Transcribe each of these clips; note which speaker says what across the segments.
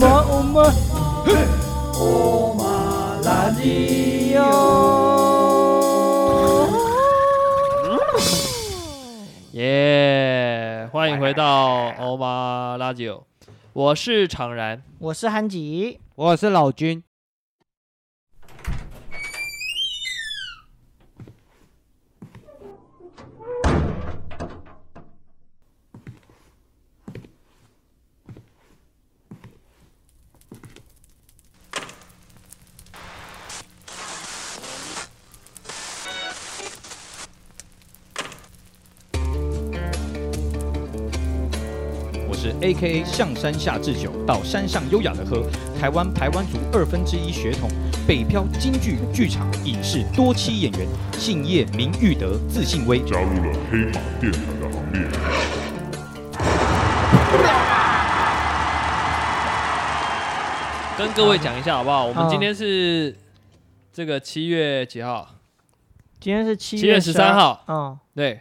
Speaker 1: マ
Speaker 2: おまラジオ
Speaker 3: 耶欢迎回到欧妈拉九，我是常然。
Speaker 1: 我是韩吉，
Speaker 4: 我是老君，
Speaker 2: 我是 A K A 上山下智久，到山上优雅的喝。台湾台湾族二分之一血统，北漂京剧剧场影视多栖演员，敬业名誉德，自信威。
Speaker 5: 加入了黑马电台的行列。
Speaker 3: 跟各位讲一下好不好？我们
Speaker 1: 嗯
Speaker 3: 今天是这个七月几号？
Speaker 1: 今天是七
Speaker 3: 七月十三。号。
Speaker 1: 嗯，
Speaker 3: 对，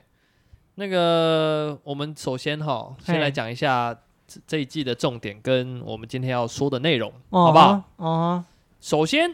Speaker 3: 那个我们首先哈，先
Speaker 1: 嘿
Speaker 3: 来讲一下这这一季的重点跟我们今天要说的内容，
Speaker 1: 哦
Speaker 3: 好不好？？
Speaker 1: 哦，
Speaker 3: 首先，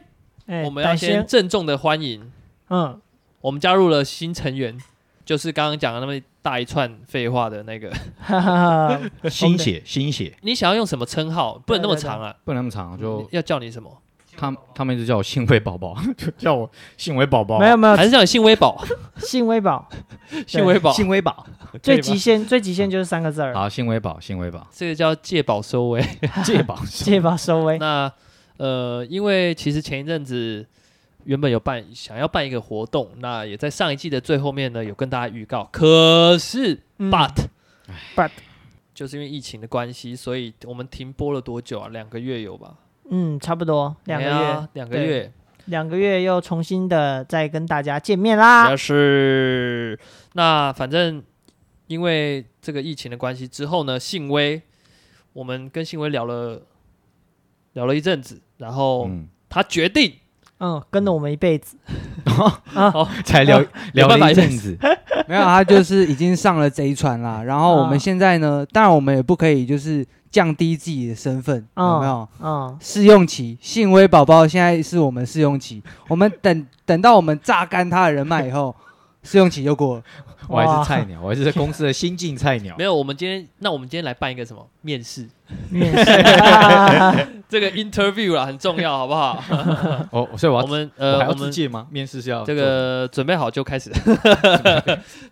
Speaker 1: 哎，
Speaker 3: 我们要
Speaker 1: 等
Speaker 3: 先郑重的欢迎
Speaker 1: 嗯，
Speaker 3: 我们加入了新成员，就是刚刚讲的那么一大一串废话的那个。
Speaker 1: 哈哈哈，
Speaker 2: 新血新血，
Speaker 3: 你想要用什么称号？不能那么长啊，
Speaker 4: 不能那么长，就
Speaker 3: 要叫你什么？
Speaker 4: 他他们一直叫我幸伟宝 宝，就叫我幸伟宝宝。
Speaker 1: 没有没有
Speaker 3: 还，是叫你信威宝？
Speaker 1: 信威宝
Speaker 3: 信威宝，，
Speaker 2: 信威宝，
Speaker 1: 最极限，最极限就是三个字儿，
Speaker 4: 好，幸伟宝，幸伟宝
Speaker 3: 这个叫借宝收威。
Speaker 4: 借宝。
Speaker 1: 借把收尾。
Speaker 3: 那呃，因为其实前一阵子原本有办想要办一个活动，那也在上一季的最后面呢有跟大家预告，可是、
Speaker 1: 嗯
Speaker 3: but
Speaker 1: but
Speaker 3: 就是因为疫情的关系，所以我们停播了多久啊？两个月有吧？
Speaker 1: 嗯，差不多两个
Speaker 3: 哎
Speaker 1: 月
Speaker 3: 呀，两个
Speaker 1: 对
Speaker 3: 月。
Speaker 1: 两个月又重新的再跟大家见面啦
Speaker 3: 要。是那反正因为这个疫情的关系之后呢，信威我们跟信威聊了聊了一阵子，然后
Speaker 4: 嗯，
Speaker 3: 他决定
Speaker 1: 嗯，跟了我们一辈子。
Speaker 4: 才 聊聊
Speaker 3: 办法
Speaker 4: 了一阵子，
Speaker 6: 没有，他就是已经上了贼船啦。然后我
Speaker 1: 啊
Speaker 6: 们现在呢，当然我们也不可以就是降低自己的身份，
Speaker 1: 嗯
Speaker 6: 有没有？
Speaker 1: 嗯，
Speaker 6: 试用期，信威宝宝现在是我们试用期，我们等等到我们榨干他的人脉以后，试用期就过了。
Speaker 4: 我还
Speaker 1: 哇
Speaker 4: 是菜鸟，我还是公司的新晋菜鸟
Speaker 3: 没。有，我们今天那我们今天来办一个什么面试，
Speaker 1: 面 试
Speaker 3: 这个 interview 啦很重要，好不好？
Speaker 4: 哦，所以 我
Speaker 3: 我
Speaker 4: 要
Speaker 3: 们
Speaker 4: 我还
Speaker 3: 呃
Speaker 4: 要
Speaker 3: 我
Speaker 4: 自哦
Speaker 3: 们
Speaker 4: 荐吗？面试是要
Speaker 3: 这个准备好就 开始，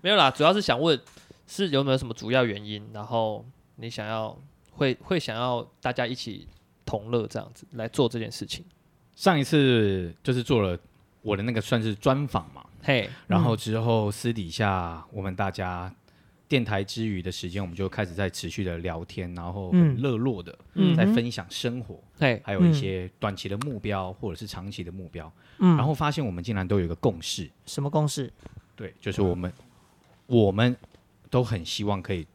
Speaker 3: 没有啦，主要是想问是有没有什么主要原因，然后你想要会会想要大家一起同乐这样子来做这件事情。
Speaker 4: 上一次就是做了我的那个算是专访嘛，
Speaker 1: 嗯
Speaker 3: 嘿，
Speaker 4: 然后之后私底下我们大家电台之余的时间，我们就开始在持续的聊天，然后很
Speaker 1: 嗯
Speaker 4: 热络的
Speaker 1: 嗯
Speaker 4: 在
Speaker 1: 哼
Speaker 4: 分享生活，
Speaker 3: 嘿，
Speaker 4: 还有一些短期的目标或者是长期的目标，
Speaker 1: 嗯
Speaker 4: 然后发现我们竟然都有一个共识，
Speaker 1: 什么公式？
Speaker 4: 对，就是我
Speaker 1: 嗯
Speaker 4: 们我们都很希望可以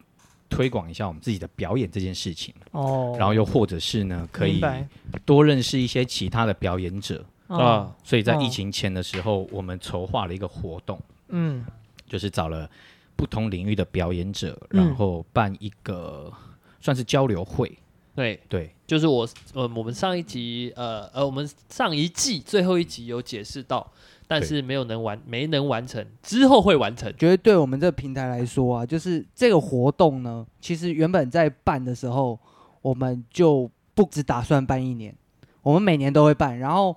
Speaker 4: 推广一下我们自己的表演这件事情，
Speaker 1: 哦，
Speaker 4: 然后又或者是呢，可
Speaker 1: 明
Speaker 4: 以
Speaker 1: 白
Speaker 4: 多认识一些其他的表演者。
Speaker 3: 啊
Speaker 1: 哦，
Speaker 4: 所以在疫
Speaker 1: 哦
Speaker 4: 情前的时候，我们筹划了一个活动，
Speaker 1: 嗯
Speaker 4: 就是找了不同领域的表演者，
Speaker 1: 嗯
Speaker 4: 然后办一个算是交流会。
Speaker 3: 对，
Speaker 4: 对，
Speaker 3: 就是我，呃，我们上一集，呃，呃，我们上一季最后一集有解释到，但
Speaker 4: 对
Speaker 3: 是没有能完，没能完成，之后会完成。
Speaker 6: 觉得对我们这个平台来说啊，就是这个活动呢，其实原本在办的时候，我们就不只打算办一年，我们每年都会办。然后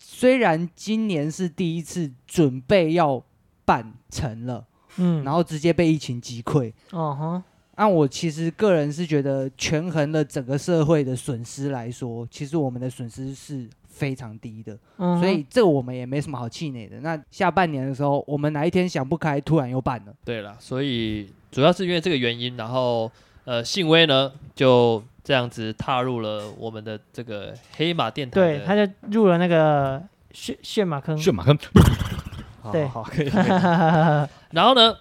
Speaker 6: 虽然今年是第一次准备要办成了，
Speaker 1: 嗯，
Speaker 6: 然后直接被疫情击溃，
Speaker 1: 哦哼，
Speaker 6: 按我其实个人是觉得，权衡了整个社会的损失来说，其实我们的损失是非常低的，
Speaker 1: 嗯哼
Speaker 6: 所以这个我们也没什么好气馁的。那下半年的时候，我们哪一天想不开，突然又办了，
Speaker 3: 对了，所以主要是因为这个原因，然后，呃，信威呢就这样子踏入了我们的这个黑马电台的。
Speaker 1: 对，他就入了那个血血马坑，
Speaker 4: 炫马坑
Speaker 3: 好
Speaker 1: 对
Speaker 3: 好好可以。可以然后呢，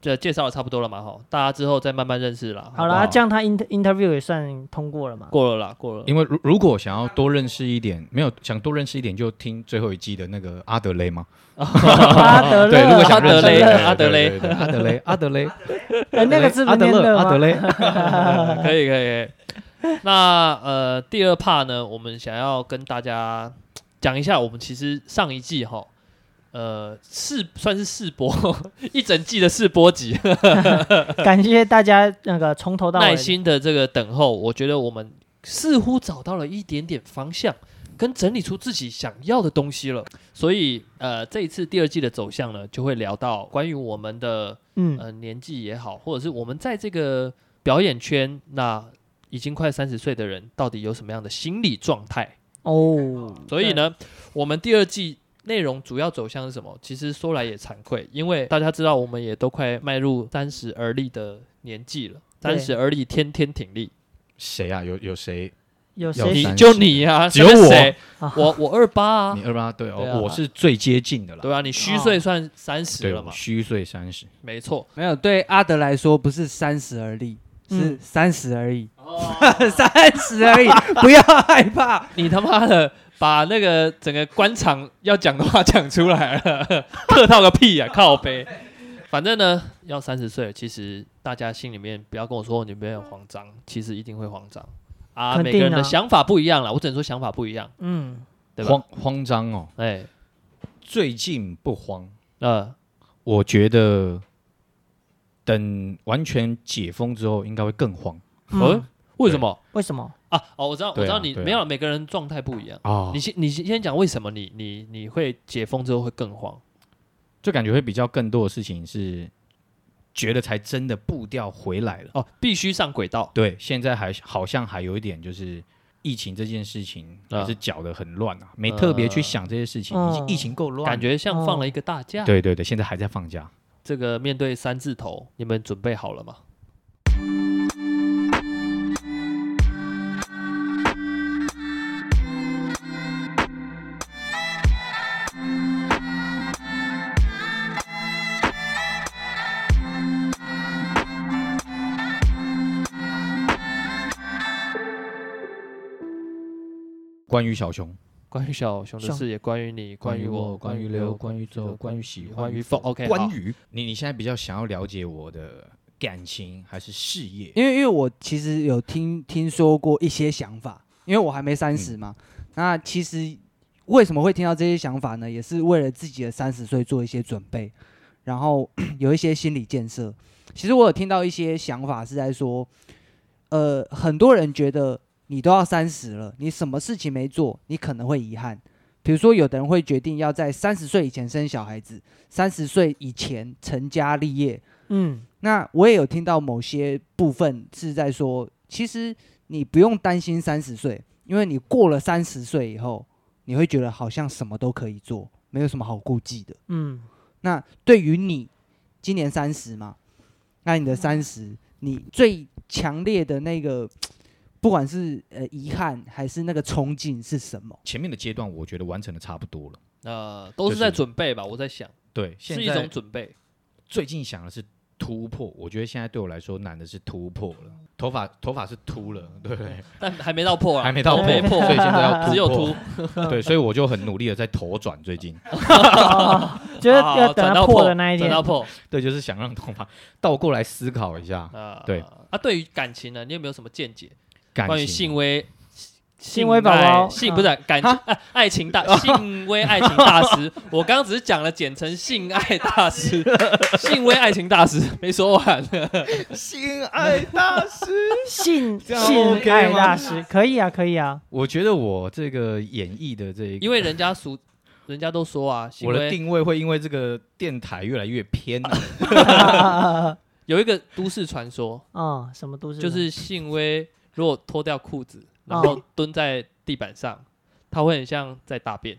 Speaker 3: 这介绍的差不多了嘛，哈，大家之后再慢慢认识啦。
Speaker 1: 好啊
Speaker 3: 了，
Speaker 1: 啦，这样他 inter interview 也算通过了 嘛？
Speaker 3: 过了啦，过了。
Speaker 4: 因为如如果想要多认识一点，没有想多认识一点，就听最后一季的那个阿德雷吗？
Speaker 1: 阿德勒，
Speaker 4: 对，如果
Speaker 3: 阿
Speaker 4: 想
Speaker 3: 德
Speaker 4: 认
Speaker 3: 勒
Speaker 4: 识对对
Speaker 3: 阿德勒
Speaker 4: 对对对阿 德雷，阿德雷，
Speaker 1: 哎那个字
Speaker 4: 阿
Speaker 1: 不
Speaker 4: 德
Speaker 1: 念
Speaker 4: 勒，
Speaker 1: 勒
Speaker 4: 阿
Speaker 1: 吗
Speaker 4: 德？勒，
Speaker 3: 可以可以可以。那呃，第二 part 呢，我们想要跟大家讲一下，我们其实上一季哈，呃，试算是试播 一整季的试播集，
Speaker 1: 感谢大家那个从头到尾
Speaker 3: 耐心的这个等候，我觉得我们似乎找到了一点点方向，跟整理出自己想要的东西了。所以呃，这一次第二季的走向呢，就会聊到关于我们的
Speaker 1: 嗯，
Speaker 3: 呃年纪也好，或者是我们在这个表演圈，那已经快三十岁的人到底有什么样的心理状态？
Speaker 1: 哦，
Speaker 3: 所以呢，我们第二季内容主要走向是什么？其实说来也惭愧，因为大家知道我们也都快迈入三十而立的年纪了，
Speaker 1: 对
Speaker 3: 三十而立，天天挺立。
Speaker 4: 谁啊？有有谁？
Speaker 1: 对，有
Speaker 4: 有
Speaker 1: 谁
Speaker 4: 谁
Speaker 3: 你
Speaker 4: 30
Speaker 3: 就你啊，
Speaker 4: 只有
Speaker 3: 那
Speaker 4: 我
Speaker 3: 谁
Speaker 1: 啊
Speaker 3: 我我二八啊
Speaker 4: 你，二八对
Speaker 3: 对啊
Speaker 4: 哦，我是最接近的啦。
Speaker 3: 对啊，你虚
Speaker 1: 哦
Speaker 3: 岁算三十
Speaker 4: 对，
Speaker 3: 了
Speaker 4: 我
Speaker 3: 嘛？
Speaker 4: 虚岁三十，
Speaker 3: 没错，
Speaker 6: 没有，对阿德来说不是三十而立，是
Speaker 1: 嗯哦
Speaker 6: 三十而已， 三十而已，不要害怕。
Speaker 3: 你他妈的把那个整个官场要讲的话讲出来了， 客套个屁呀、啊靠背。反正呢，要三十岁了，其实大家心里面不要跟我说你没有慌张，其实一定会慌张啊。
Speaker 1: 肯定啊
Speaker 3: 每个人的想法不一样啦，我只能说想法不一样，
Speaker 1: 嗯，
Speaker 3: 对吧
Speaker 4: 慌？慌张哦，
Speaker 3: 哎，
Speaker 4: 最近不慌，
Speaker 3: 呃，
Speaker 4: 我觉得等完全解封之后，应该会更慌
Speaker 1: 嗯
Speaker 3: 呃，为什么
Speaker 1: 为什么？
Speaker 3: 啊？哦，我知道，我
Speaker 4: 对啊
Speaker 3: 知道你
Speaker 4: 对啊
Speaker 3: 没有，每个人状态不一样。
Speaker 4: 啊
Speaker 3: 你，先，你先先讲为什么你你你会解封之后会更慌？
Speaker 4: 就感觉会比较更多的事情是觉得才真的步调回来了。
Speaker 3: 哦，必须上轨道。
Speaker 4: 对，现在还好像还有一点就是。疫情这件事情
Speaker 3: 啊
Speaker 4: 还是搅得很乱啊，没特别去想这些事情，已经
Speaker 1: 嗯
Speaker 4: 疫情够乱了，哦
Speaker 3: 感觉像放了一个大假。
Speaker 4: 对对对，现在还在放假，
Speaker 3: 这个面对三字头，你们准备好了吗？
Speaker 4: 关于小熊，
Speaker 3: 关于小熊的
Speaker 1: 熊
Speaker 3: 事，也关于你，关于我，关于风。OK，
Speaker 4: 关
Speaker 3: 好
Speaker 4: 于你，你现在比较想要了解我的感情还是事业？
Speaker 6: 因为因为我其实有听听说过一些想法，因为我还没三十嘛。那其实为什么会听到这些想法呢？也是为了自己的三十岁做一些准备，然后 有一些心理建设。其实我有听到一些想法是在说，呃，很多人觉得你都要三十了，你什么事情没做，你可能会遗憾。比如说，有的人会决定要在三十岁以前生小孩子，三十岁以前成家立业，
Speaker 1: 嗯，
Speaker 6: 那我也有听到某些部分是在说，其实你不用担心三十岁，因为你过了三十岁以后，你会觉得好像什么都可以做，没有什么好顾忌的。
Speaker 1: 嗯，
Speaker 6: 那对于你今年三十嘛，那你的三十，你最强烈的那个，不管是呃遗憾还是那个憧憬是什 么？
Speaker 4: 前面的阶段我觉得完成的差不多了。
Speaker 3: 呃，都是
Speaker 4: 就是
Speaker 3: 在准备吧？我在想，
Speaker 4: 对，
Speaker 3: 是
Speaker 4: 现
Speaker 3: 一种
Speaker 4: 在
Speaker 3: 准备。
Speaker 4: 最近想的是突破，我觉得现在对我来说难的是突破了。头发头发是秃了，对不对？
Speaker 3: 但还没到破啊，
Speaker 4: 还没到破，
Speaker 3: 都没破
Speaker 4: 所以现在要突 破
Speaker 3: 只有啊秃。
Speaker 4: 对，所以我就很努力的在头转。最近，
Speaker 1: 就是
Speaker 3: 好
Speaker 1: 要等
Speaker 3: 转
Speaker 1: 它
Speaker 3: 到
Speaker 1: 破的那一天
Speaker 3: 啊转，到破
Speaker 4: 对，就是想让头发倒过来思考一下
Speaker 3: 啊。
Speaker 4: 对
Speaker 3: 啊，对于感情呢，你有没有什么见解？
Speaker 4: 感
Speaker 3: 关于
Speaker 4: 情
Speaker 3: 信。威。
Speaker 1: 信威宝宝
Speaker 3: 爱信
Speaker 1: 啊哦
Speaker 3: 不是感情爱爱情大信威爱情大 师，我刚刚只是讲了简称信爱大师， 信威爱情大师没说完。
Speaker 4: 性爱大师，
Speaker 1: 性
Speaker 4: 这样
Speaker 1: 性
Speaker 4: OK
Speaker 1: 爱
Speaker 4: 吗
Speaker 1: 大师，可以啊，可以啊，
Speaker 4: 我觉得我这个演绎的这一个，
Speaker 3: 因为人家俗，人家都说啊，行
Speaker 4: 我的
Speaker 3: 为
Speaker 4: 定位会因为这个电台越来越偏、 啊，
Speaker 3: 有一个都市传说，
Speaker 1: 嗯，什么都是，
Speaker 3: 就是 信威如果脱掉裤子，然后蹲在地板上，他会很像在大便。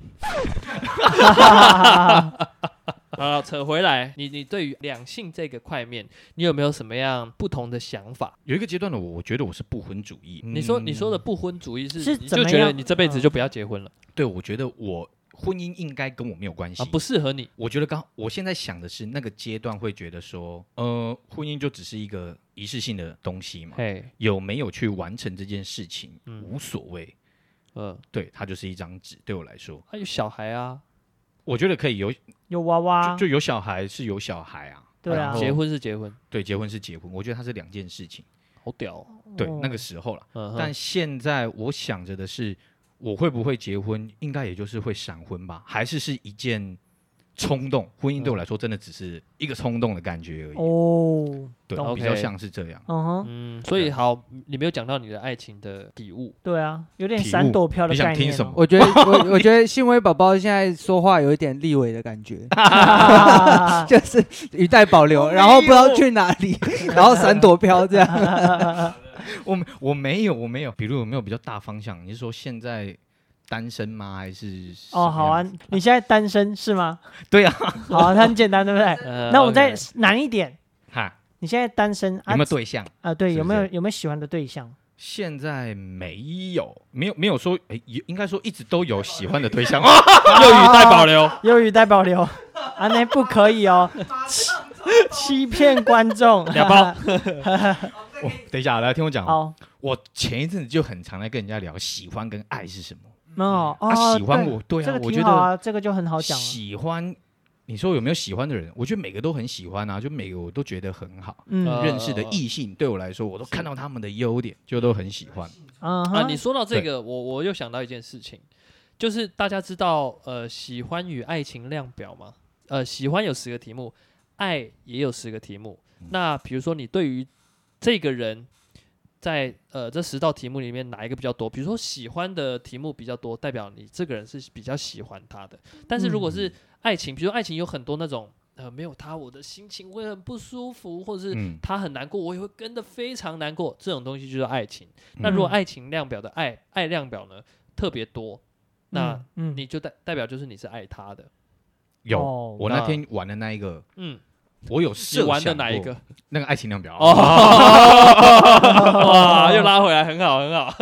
Speaker 3: 啊，扯回来，你你对于两性这个块面，你有没有什么样不同的想法？
Speaker 4: 有一个阶段的我，我觉得我是不婚主义。
Speaker 3: 你说
Speaker 4: 嗯
Speaker 3: 你说的不婚主义是，
Speaker 1: 是
Speaker 3: 你
Speaker 1: 怎
Speaker 3: 就
Speaker 1: 么
Speaker 3: 觉得
Speaker 1: 样嗯
Speaker 3: 你这辈子就不要结婚了、
Speaker 4: 对，我觉得我婚姻应该跟我没有关系。
Speaker 3: 啊，不，适合你。
Speaker 4: 我觉得刚我现在想的是那个阶段会觉得说，呃，婚姻就只是一个仪式性的东西嘛，
Speaker 3: 嘿，
Speaker 4: 有没有去完成这件事情、
Speaker 3: 嗯
Speaker 4: 无所谓。
Speaker 3: 嗯，
Speaker 4: 对，它就是一张纸，对我来说，
Speaker 3: 还、有小孩啊，
Speaker 4: 我觉得可以有，就
Speaker 1: 有娃娃，
Speaker 4: 就有小孩是有小孩啊，
Speaker 1: 对啊
Speaker 4: 然后
Speaker 3: 结婚是结婚，
Speaker 4: 对，结婚是结婚，我觉得它是两件事情。
Speaker 3: 好屌哦、
Speaker 4: 对
Speaker 1: 哦，
Speaker 4: 那个时候了。
Speaker 3: 嗯哼，
Speaker 4: 但现在我想着的是，我会不会结婚？应该也就是会闪婚吧，还是是一件冲动？婚
Speaker 3: 嗯
Speaker 4: 姻对我来说，真的只是一个冲动的感觉而已。
Speaker 1: 哦，
Speaker 4: 对
Speaker 3: 懂，
Speaker 4: 比较
Speaker 3: OK
Speaker 4: 像是这样。
Speaker 1: 嗯哼，
Speaker 3: 嗯，所以好，你没有讲到你的爱情的体悟，
Speaker 1: 对啊，有点
Speaker 4: 体悟
Speaker 1: 闪躲飘的
Speaker 4: 你想
Speaker 1: 概念哦。
Speaker 4: 听什么
Speaker 6: 我觉得我我觉得信威宝宝现在说话有一点立伟的感觉， 就是语带保留，然后不知道去哪里， 然后闪躲飘这样。
Speaker 4: 我没我没有我没有，比如有没有比较大方向？你是说现在单身吗？还是什
Speaker 1: 哦，
Speaker 4: 么样
Speaker 1: 好啊，你现在单身是吗？
Speaker 4: 对啊，
Speaker 1: 好啊，那很简单，对不对？
Speaker 3: 呃
Speaker 1: 那我再
Speaker 3: OK
Speaker 1: 难一点，
Speaker 4: 哈，
Speaker 1: 你现在单身啊
Speaker 4: 有没有对象？
Speaker 1: 啊？对，
Speaker 4: 是
Speaker 1: 有
Speaker 4: 不
Speaker 1: 没有
Speaker 4: 是
Speaker 1: 有没有喜欢的对 象？
Speaker 4: 现在没有，没有没有说，哎，有应该说一直都有喜欢的对 象啊，
Speaker 3: 又语带保留，
Speaker 1: 有语带保留 啊，那不可以哦，欺欺骗观 众。
Speaker 3: 两包
Speaker 4: 我等一下，来听我讲哦。
Speaker 1: 好，
Speaker 4: 我前一阵子就很常来跟人家聊喜欢跟爱是什么。
Speaker 1: 那哦，
Speaker 4: 他、啊、喜欢
Speaker 1: 对
Speaker 4: 我，对
Speaker 1: 这
Speaker 4: 啊
Speaker 1: 个，
Speaker 4: 我
Speaker 1: 挺
Speaker 4: 觉
Speaker 1: 好
Speaker 4: 得
Speaker 1: 啊，这个就很好讲啊。
Speaker 4: 喜欢。你说有没有喜欢的人？我觉得每个都很喜欢啊，就每个我都觉得很好。
Speaker 1: 嗯
Speaker 3: 呃
Speaker 4: 认识的异性对我来说，我都看到他们的优点，就都很喜欢。
Speaker 1: 啊
Speaker 3: 啊，
Speaker 1: 哈
Speaker 3: 你说到这个，我我又想到一件事情，就是大家知道呃，喜欢与爱情量表吗？呃，喜欢有十个题目，爱也有十个题目。那比如说你对于这个人，在呃这十道题目里面哪一个比较多？比如说喜欢的题目比较多，代表你这个人是比较喜欢他的。但是如果是爱情，比如说爱情有很多那种呃没有他我的心情会很不舒服，或者是
Speaker 4: 嗯，
Speaker 3: 他很难过，我也会跟着非常难过。这种东西就是爱情。
Speaker 4: 嗯
Speaker 3: 那如果爱情量表的爱爱量表呢特别多，那
Speaker 1: 嗯
Speaker 3: 你就代代表就是你是爱他的。
Speaker 4: 有、
Speaker 1: 哦
Speaker 4: 我那天玩的那一个，
Speaker 3: 嗯，
Speaker 4: 我有
Speaker 3: 是
Speaker 4: 试
Speaker 3: 玩的哪一个？？
Speaker 4: 那个爱情量表
Speaker 3: 哦，
Speaker 4: 哦，
Speaker 3: 哇，又拉回来，很好，很好。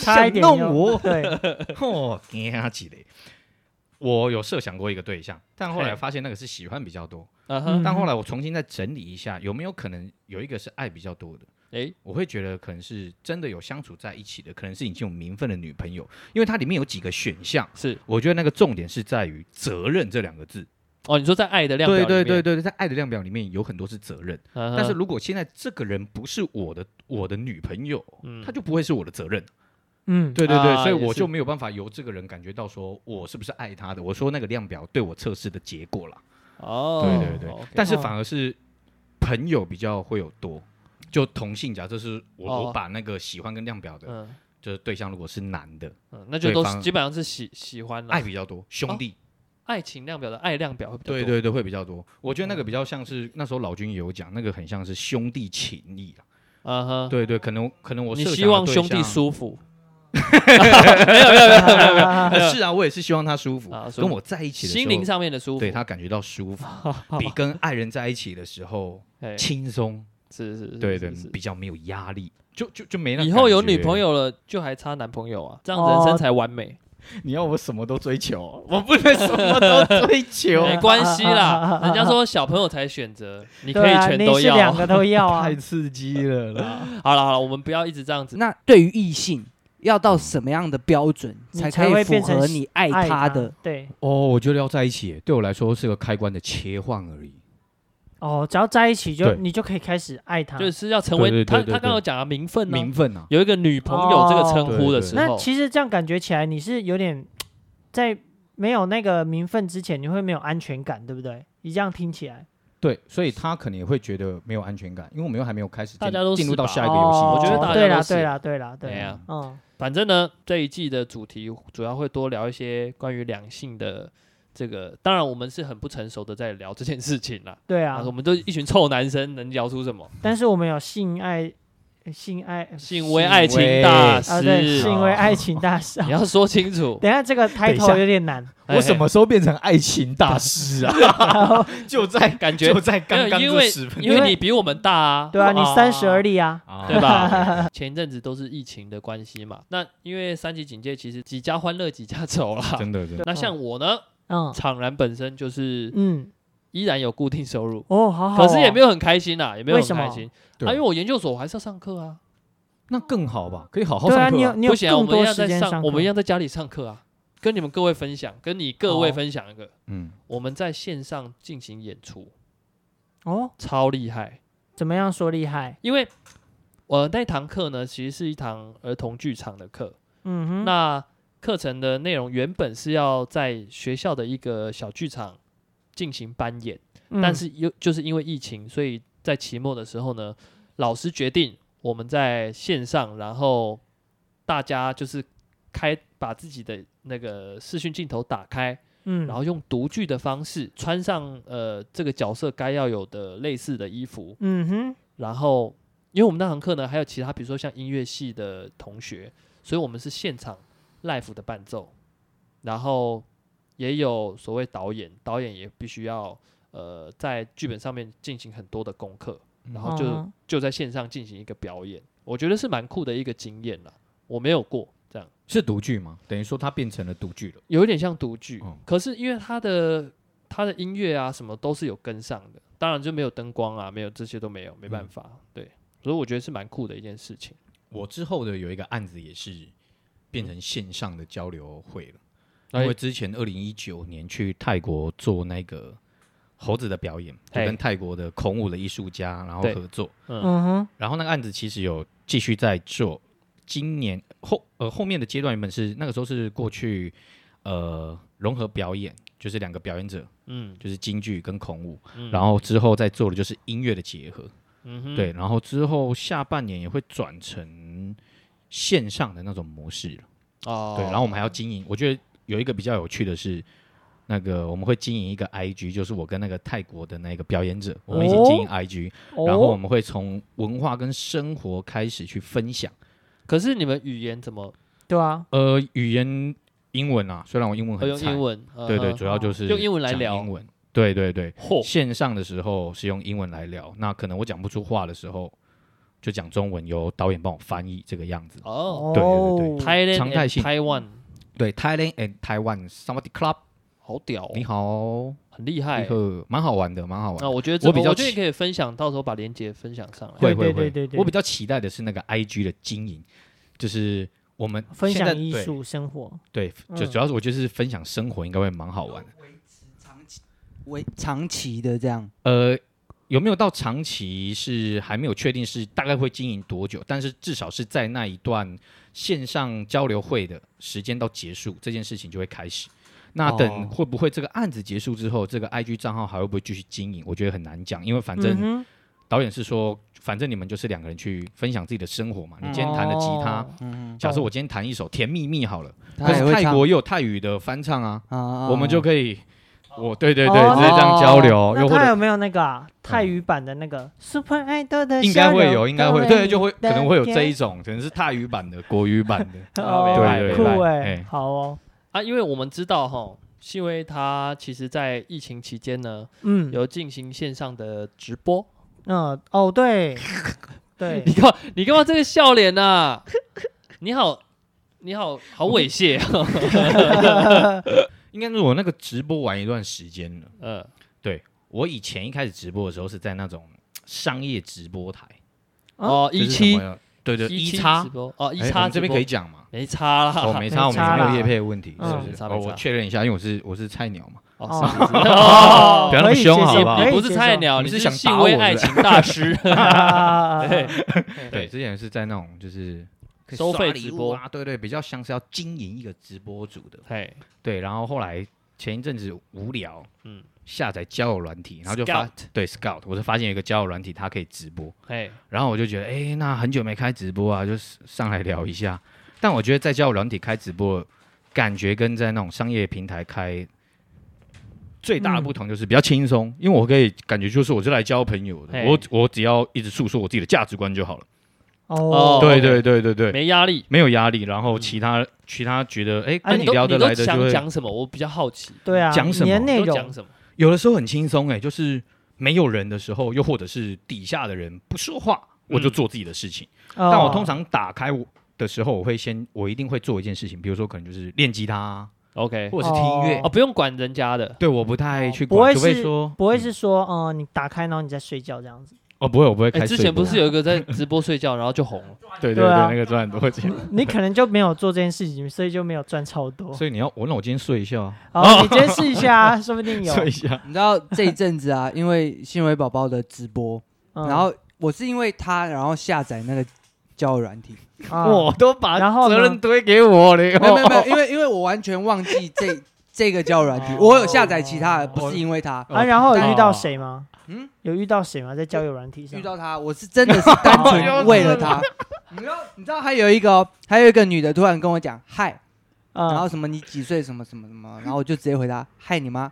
Speaker 1: 差一点
Speaker 4: 想
Speaker 1: 就
Speaker 4: 弄我
Speaker 1: 对，
Speaker 4: 哦，呀几嘞！我有设想过一个对象，但后来
Speaker 3: 嘿
Speaker 4: 发现那个是喜欢比较多。
Speaker 3: 嗯哼，
Speaker 1: 嗯
Speaker 4: 但后来我重新再整理一下，有没有可能有一个是爱比较多的？
Speaker 3: 诶，
Speaker 4: 我会觉得可能是真的有相处在一起的，可能是已经有名分的女朋友，因为它里面有几个选项，
Speaker 3: 是
Speaker 4: 我觉得那个重点是在于责任这两个字。
Speaker 3: 哦，你说在爱的量表
Speaker 4: 对
Speaker 3: 里
Speaker 4: 对
Speaker 3: 面，
Speaker 4: 对对，在爱的量表里面有很多是责任，
Speaker 3: 嗯哼，
Speaker 4: 但是如果现在这个人不是我的我的女朋友，
Speaker 3: 嗯
Speaker 4: 她就不会是我的责任。
Speaker 1: 嗯，
Speaker 4: 对对对，
Speaker 3: 啊
Speaker 4: 所以
Speaker 3: 也
Speaker 4: 我
Speaker 3: 是
Speaker 4: 就没有办法由这个人感觉到说我是不是爱他的。我说那个量表对我测试的结果啦，
Speaker 3: 哦，
Speaker 4: 对对对
Speaker 3: OK
Speaker 4: 但是反而是朋友比较会有多。就同性，假设是我、
Speaker 3: 哦
Speaker 4: 我把那个喜欢跟量表的，
Speaker 3: 嗯
Speaker 4: 就是对象如果是男的，
Speaker 3: 嗯，那就
Speaker 4: 对
Speaker 3: 都
Speaker 4: 方
Speaker 3: 基本上是喜喜欢了
Speaker 4: 爱比较多，
Speaker 3: 哦
Speaker 4: 兄弟，
Speaker 3: 爱情量表的爱量表会比较多。
Speaker 4: 对对对，会比较多。我觉得那
Speaker 3: 嗯
Speaker 4: 个比较像是那时候老君也有讲，那个很像是兄弟情谊啊。
Speaker 3: 嗯哼，
Speaker 4: 对对，可能可能我
Speaker 3: 你
Speaker 4: 设
Speaker 3: 希
Speaker 4: 想的
Speaker 3: 望
Speaker 4: 对
Speaker 3: 兄弟
Speaker 4: 象
Speaker 3: 舒服
Speaker 1: 啊
Speaker 4: 啊是啊，我也是希望他舒服
Speaker 3: 呃啊，舒服
Speaker 4: 跟我在一起的时候
Speaker 3: 心灵上面的舒服，
Speaker 4: 对他感觉到 舒服，比跟爱人在一起的时候
Speaker 3: 哎，是
Speaker 4: 轻松，
Speaker 3: 是是，
Speaker 4: 对
Speaker 3: 是
Speaker 4: 对
Speaker 3: 是，是
Speaker 4: 比较没有压力，就就就没那
Speaker 3: 以后有
Speaker 4: 感觉
Speaker 3: 女朋，友了，就还差男朋友
Speaker 1: 哦
Speaker 3: 啊，这样人生才完美。
Speaker 4: 你要我什么都追求，我不能什么 都追求
Speaker 1: 啊
Speaker 3: 没关 系啦，人家说小朋友才选择，你可以全
Speaker 1: 对
Speaker 3: 都
Speaker 1: 啊你是
Speaker 3: 要
Speaker 1: 两。个都要 啊。
Speaker 4: 刺激 了啦！
Speaker 3: 好了好了，我们不要一直这样
Speaker 1: 嗯
Speaker 3: 子。
Speaker 6: 那对于异性，要到什么样的标准
Speaker 1: 你
Speaker 6: 才
Speaker 1: 才
Speaker 6: 可
Speaker 1: 会
Speaker 6: 以
Speaker 1: 变
Speaker 6: 符
Speaker 1: 成
Speaker 6: 合你爱
Speaker 1: 爱
Speaker 6: 他的？，
Speaker 1: 对，
Speaker 4: 哦，我觉得要在一起，对我来说是个开关的切换而已。
Speaker 1: 哦，只要在一起就
Speaker 4: 对
Speaker 1: 你就可以开始爱他。
Speaker 3: 就是要成为
Speaker 4: 对对对
Speaker 3: 他，
Speaker 4: 对对
Speaker 3: 他刚刚有讲啊，名分呢
Speaker 4: 名，哦分啊，
Speaker 3: 有一个女朋友这个称呼的时
Speaker 1: 那
Speaker 3: 候，
Speaker 1: 其实这样感觉起来，你是有点在没有那个名分之前，你会没有安全感，对不对？你这样听起来，
Speaker 4: 对，所以他可能也会觉得没有安全感，因为我们又还没有开始进
Speaker 3: 大家都是
Speaker 4: 进入到
Speaker 3: 吧
Speaker 4: 下一个游戏。
Speaker 1: 哦
Speaker 3: 我觉得大家
Speaker 1: 对
Speaker 3: 都
Speaker 1: 啦，
Speaker 3: 是
Speaker 1: 对啦，对啦，对
Speaker 3: 对
Speaker 1: 啦，
Speaker 3: 哎呀，
Speaker 1: 嗯，
Speaker 3: 反正呢，这一季的主题主要会多聊一些关于两性的这个，当然我们是很不成熟的在聊这件事情啦。
Speaker 1: 对
Speaker 3: 啊
Speaker 1: 啊，
Speaker 3: 我。们都一群臭男生，能聊出什么？
Speaker 1: 但是我们有性爱，呃性爱
Speaker 3: 性为爱情大
Speaker 1: 啊，对，
Speaker 3: 师，
Speaker 1: 性为爱情大师。
Speaker 3: 你要说 清楚。
Speaker 1: 等一下这个
Speaker 4: 一下
Speaker 1: title 有点难，
Speaker 3: 哎
Speaker 4: 我什么时候变成爱情大师 啊？就在
Speaker 3: 感觉
Speaker 4: 就在刚刚
Speaker 3: 没有
Speaker 4: 这十分
Speaker 3: 因
Speaker 4: 钟
Speaker 3: 为你比我们大啊，
Speaker 1: 对啊，你
Speaker 3: 哇
Speaker 1: 三十而立啊，
Speaker 4: 啊
Speaker 3: 对吧？前一阵子都是疫情的关系嘛，那因为三级警戒，其实几家欢乐几家愁 啦。
Speaker 4: 真的真的
Speaker 3: 那像我呢，
Speaker 1: 嗯
Speaker 3: 厂然本身就是
Speaker 1: 嗯，
Speaker 3: 依然有固定收入，
Speaker 1: 哦，好好哦，
Speaker 3: 可是也没有很开心啦，也没有
Speaker 1: 为什
Speaker 3: 很
Speaker 1: 么
Speaker 3: 开心
Speaker 4: 对
Speaker 3: 啊，因为我研究所我还是要上课啊，
Speaker 4: 哎那更好吧，可以好好
Speaker 1: 对啊，
Speaker 4: 上课
Speaker 1: 你有
Speaker 4: 啊。
Speaker 1: 你有
Speaker 3: 不行啊，我
Speaker 1: 更
Speaker 3: 们
Speaker 1: 多
Speaker 3: 一样
Speaker 1: 时
Speaker 3: 在
Speaker 1: 间
Speaker 3: 上，
Speaker 1: 上课，
Speaker 3: 我们一样在家里上课啊，跟你们各位分享，跟你各位
Speaker 1: 哦
Speaker 3: 分享一个，
Speaker 4: 嗯，
Speaker 3: 我们在线上进行演出，
Speaker 1: 哦，
Speaker 3: 超厉害，
Speaker 1: 怎么样说厉害？
Speaker 3: 因为呃，那堂课呢，其实是一堂儿童剧场的课。
Speaker 1: 嗯哼，
Speaker 3: 那课程的内容原本是要在学校的一个小剧场进行扮演，
Speaker 1: 嗯
Speaker 3: 但是又就是因为疫情，所以在期末的时候呢，老师决定我们在线上，然后大家就是开把自己的那个视讯镜头打开，
Speaker 1: 嗯，
Speaker 3: 然后用读剧的方式穿上呃这个角色该要有的类似的衣服，
Speaker 1: 嗯哼，
Speaker 3: 然后因为我们那堂课呢，还有其他比如说像音乐系的同学，所以我们是现场 live 的伴奏，然后也有所谓导演，导演也必须要呃在剧本上面进行很多的功课，然后就、
Speaker 1: 嗯
Speaker 3: 就在线上进行一个表演，我觉得是蛮酷的一个经验啦，我没有过这样。
Speaker 4: 是独剧吗？等于说它变成了独剧了。
Speaker 3: 有一点像独剧，
Speaker 4: 嗯
Speaker 3: 可是因为他的他的音乐啊什么都是有跟上的，当然就没有灯光啊，没有这些都没有，没办法，对，所以我觉得是蛮酷的一件事情。
Speaker 4: 我之后的有一个案子也是变成线上的交流会了，
Speaker 3: 哎
Speaker 4: 因为之前二零一九年去泰国做那个猴子的表演，就
Speaker 3: 哎
Speaker 4: 跟泰国的孔武的艺术家然后
Speaker 3: 对
Speaker 4: 合作，
Speaker 1: 嗯哼，
Speaker 4: 然后那个案子其实有继续在做。今年后呃后面的阶段原本是那个时候是过去呃融合表演，就是两个表演者
Speaker 3: 嗯，
Speaker 4: 就是京剧跟孔武，
Speaker 3: 嗯
Speaker 4: 然后之后再做的就是音乐的结合，
Speaker 3: 嗯哼，
Speaker 4: 对，然后之后下半年也会转成线上的那种模式了，
Speaker 3: 哦，
Speaker 4: 对，然后我们还要经营，我觉得有一个比较有趣的是。那个我们会经营一个 IG，就是我跟那个泰国的那个表演者，我们一起经
Speaker 3: 哦
Speaker 4: 营 IG，、然后我
Speaker 1: 哦，
Speaker 4: 们会从文化跟生活开始去分享。
Speaker 3: 可是你们语言怎么
Speaker 1: 对啊，
Speaker 4: 呃，语言英文啊，虽然我英文
Speaker 3: 呃
Speaker 4: 很
Speaker 3: 用
Speaker 4: 差，
Speaker 3: 英文？呃
Speaker 4: 对对，
Speaker 3: 呵
Speaker 4: 主要就是
Speaker 3: 用英文来
Speaker 4: 讲
Speaker 3: 聊哦
Speaker 4: 英文，对对对，
Speaker 3: 嚯
Speaker 4: 线上的时候是用英文来聊，那可能我讲不出话的时候就讲中文，由导演帮我翻译这个样子。
Speaker 3: 哦
Speaker 4: 对对
Speaker 1: 哦
Speaker 3: ，Thailand
Speaker 4: 常
Speaker 3: and
Speaker 4: 态性
Speaker 3: Taiwan，
Speaker 4: 对，Thailand and Taiwan s o m e b o d y Club，、
Speaker 3: 好屌哦，
Speaker 4: 你好，
Speaker 3: 很厉
Speaker 4: 一
Speaker 3: 害。
Speaker 4: 个蛮好玩的，蛮好玩
Speaker 3: 那
Speaker 4: 的。
Speaker 3: 我觉得这
Speaker 4: 我比较
Speaker 3: 我觉得你
Speaker 4: 期
Speaker 3: 可以分享，到时候把链接分享上来。
Speaker 1: 对
Speaker 4: 会会
Speaker 1: 对
Speaker 4: 会
Speaker 1: 对对对
Speaker 4: 我比较期待的是那个 IG 的经营，就是我们
Speaker 1: 分
Speaker 4: 现在
Speaker 1: 享艺，术生活，
Speaker 4: 对对，就
Speaker 1: 嗯
Speaker 4: 主要是我觉得是分享生活，应该会蛮好玩的。
Speaker 6: 为长期的这样，
Speaker 4: 呃，有没有到长期是还没有确定，是大概会经营多久？但是至少是在那一段线上交流会的时间到结束，这件事情就会开始。那等
Speaker 3: 哦
Speaker 4: 会不会这个案子结束之后，这个 IG 账号还会不会继续经营？我觉得很难讲，因为反
Speaker 1: 嗯
Speaker 4: 正
Speaker 1: 哼，
Speaker 4: 导演是说，反正你们就是两个人去分享自己的生活嘛。你今天弹的吉他，
Speaker 1: 哦
Speaker 6: 嗯，
Speaker 4: 假设我今天弹一首《甜蜜蜜》好了，
Speaker 6: 他
Speaker 4: 可
Speaker 6: 也
Speaker 4: 是
Speaker 6: 会
Speaker 4: 泰
Speaker 6: 唱
Speaker 4: 国也有泰语的翻唱啊，
Speaker 6: 啊啊，
Speaker 4: 我们就
Speaker 6: 以
Speaker 4: 可以，我对对对，
Speaker 1: 哦
Speaker 4: 直接这样交流，又
Speaker 1: 那
Speaker 4: 或
Speaker 1: 他
Speaker 4: 者嗯
Speaker 1: 有没有那个啊泰语版的那个 Super Idol 的笑容？
Speaker 4: 应该会有，应该会，对，就会
Speaker 1: 对
Speaker 4: 可能会有这一种，可能是泰语版的、国语版的，
Speaker 1: 哦，
Speaker 4: 对对
Speaker 1: 酷
Speaker 4: 对
Speaker 1: 哎
Speaker 4: 哎，
Speaker 1: 好哦，
Speaker 3: 啊，因为我们知道哈，细微他其实在疫情期间呢，
Speaker 1: 嗯，
Speaker 3: 有进行线上的直播。
Speaker 1: 嗯，哦，对，对
Speaker 3: 你，干嘛？你干嘛这个笑脸呐、 你好，你好好猥亵啊！
Speaker 4: 应该是我那个直播玩一段时间了。
Speaker 3: 呃，
Speaker 4: 我以前一开始直播的时候是在那种商业直播台，
Speaker 1: 啊
Speaker 3: 哦，
Speaker 4: 就
Speaker 3: 一
Speaker 4: 是
Speaker 3: 期
Speaker 4: 什么对对一
Speaker 3: 一期
Speaker 4: 叉
Speaker 3: 直，播哦，一
Speaker 4: 哎我
Speaker 3: 叉
Speaker 4: 们这边可以讲 嘛？
Speaker 3: 没差啦，
Speaker 4: 哦，没差，
Speaker 1: 没
Speaker 4: 我
Speaker 1: 差
Speaker 4: 们
Speaker 1: 啦
Speaker 4: 没有业配问题，
Speaker 1: 嗯
Speaker 4: 是不
Speaker 3: 没
Speaker 4: 是？
Speaker 3: 差
Speaker 4: 哦，
Speaker 3: 没差
Speaker 4: 我确认一下，因为我是我是菜鸟嘛，
Speaker 3: 哦，是是 是
Speaker 1: 哦
Speaker 3: 哦，
Speaker 4: 不要那
Speaker 1: 可
Speaker 4: 么
Speaker 1: 以
Speaker 4: 凶
Speaker 1: 接受
Speaker 4: 好不好
Speaker 1: 可以
Speaker 3: 你不是
Speaker 1: 接受
Speaker 3: 菜鸟，
Speaker 4: 哎你
Speaker 3: 是
Speaker 4: 是想打
Speaker 3: 性微
Speaker 4: 我
Speaker 3: 爱
Speaker 4: 是
Speaker 3: 情大师。
Speaker 1: 啊
Speaker 3: 对
Speaker 4: 对，，之前是在那种就是可以
Speaker 3: 收
Speaker 4: 刷
Speaker 3: 费
Speaker 4: 礼
Speaker 3: 直
Speaker 4: 物
Speaker 3: 播
Speaker 4: 啊，对对，比较像是要经营一个直播组的，
Speaker 3: 嘿，
Speaker 4: 对，然后后来前一阵子无聊，
Speaker 3: 嗯
Speaker 4: 嗯，下载交友软体，然后就发
Speaker 3: Scout
Speaker 4: 对 Scout，我就发现有一个交友软体，它可以直播，
Speaker 3: 嘿，
Speaker 4: 然后我就觉得，哎，那很久没开直播啊，就是上来聊一下。但我觉得在交友软体开直播，感觉跟在那种商业平台开最大的
Speaker 3: 嗯
Speaker 4: 不同就是比较轻松，因为我可以感觉就是我是来交朋友的，
Speaker 3: 嘿
Speaker 4: 我我只要一直诉说我自己的价值观就好了。
Speaker 1: 哦，
Speaker 4: 对
Speaker 3: OK
Speaker 4: 对对对对，
Speaker 3: 没压力。
Speaker 4: 没有压力，然后其他、其他觉得，哎，
Speaker 1: 啊
Speaker 4: 跟
Speaker 1: 你
Speaker 3: 都
Speaker 4: 聊得来
Speaker 3: 你都
Speaker 4: 的就
Speaker 3: 想
Speaker 4: 会
Speaker 3: 讲什么？我比较好奇，
Speaker 1: 对啊，
Speaker 4: 讲什么
Speaker 1: 你的内
Speaker 3: 都讲
Speaker 1: 容，
Speaker 3: 什么？
Speaker 4: 有的时候很轻松哎，就是没有人的时候，又或者是底下的人不说话，我就做自己的事情。
Speaker 1: 但
Speaker 4: 但我通常打开我的时候，我会先我一定会做一件事情，比如说可能就是练吉他啊，
Speaker 3: OK，
Speaker 4: 或者是听音乐。
Speaker 1: 哦
Speaker 3: 哦，不用管人家的，
Speaker 4: 对，我不太
Speaker 1: 哦
Speaker 4: 去
Speaker 1: 不会
Speaker 4: 管，除非
Speaker 1: 是
Speaker 4: 说
Speaker 1: 不会
Speaker 4: 嗯
Speaker 1: 是说，嗯，你打开然后你在睡觉这样子，
Speaker 4: 哦，不会，我不会
Speaker 3: 哎、
Speaker 4: 开
Speaker 3: 之
Speaker 4: 睡
Speaker 3: 前不
Speaker 4: 播。
Speaker 3: 是有一个在直播睡觉，然后就红 了。
Speaker 4: 对对
Speaker 1: 对啊
Speaker 4: 那个赚很多钱，
Speaker 1: 你可能就没有做这件事情，所以就没有赚超多。
Speaker 4: 所以你要我那我今天睡一下啊，
Speaker 1: 好，你先试一下啊，说不定 有。
Speaker 4: 睡一下。
Speaker 6: 你知道这一阵子啊，因为新伟宝宝的直播，
Speaker 1: 嗯
Speaker 6: 然后我是因为他，然后下载那个交友软体。
Speaker 1: 啊，
Speaker 3: 哦
Speaker 4: 我都把
Speaker 1: 然后呢
Speaker 4: 责任推给我了。
Speaker 6: 没有没有没有，因为因为我完全忘记这这个交友软体，
Speaker 1: 哦
Speaker 6: 我有下载其他的，不是因为他。
Speaker 1: 啊，然后有遇到
Speaker 4: 哦
Speaker 1: 谁吗？
Speaker 6: 嗯，
Speaker 1: 有遇到谁吗？在交友软体上
Speaker 6: 遇到他，我是真的是单
Speaker 1: 又
Speaker 6: 纯
Speaker 1: 是
Speaker 6: 为了他。你知道你知道还有一个哦，还有一个女的突然跟我讲嗨，然 后
Speaker 1: 啊，
Speaker 6: 什么你几岁什么什么什么，然后我就直接回答嗨你妈。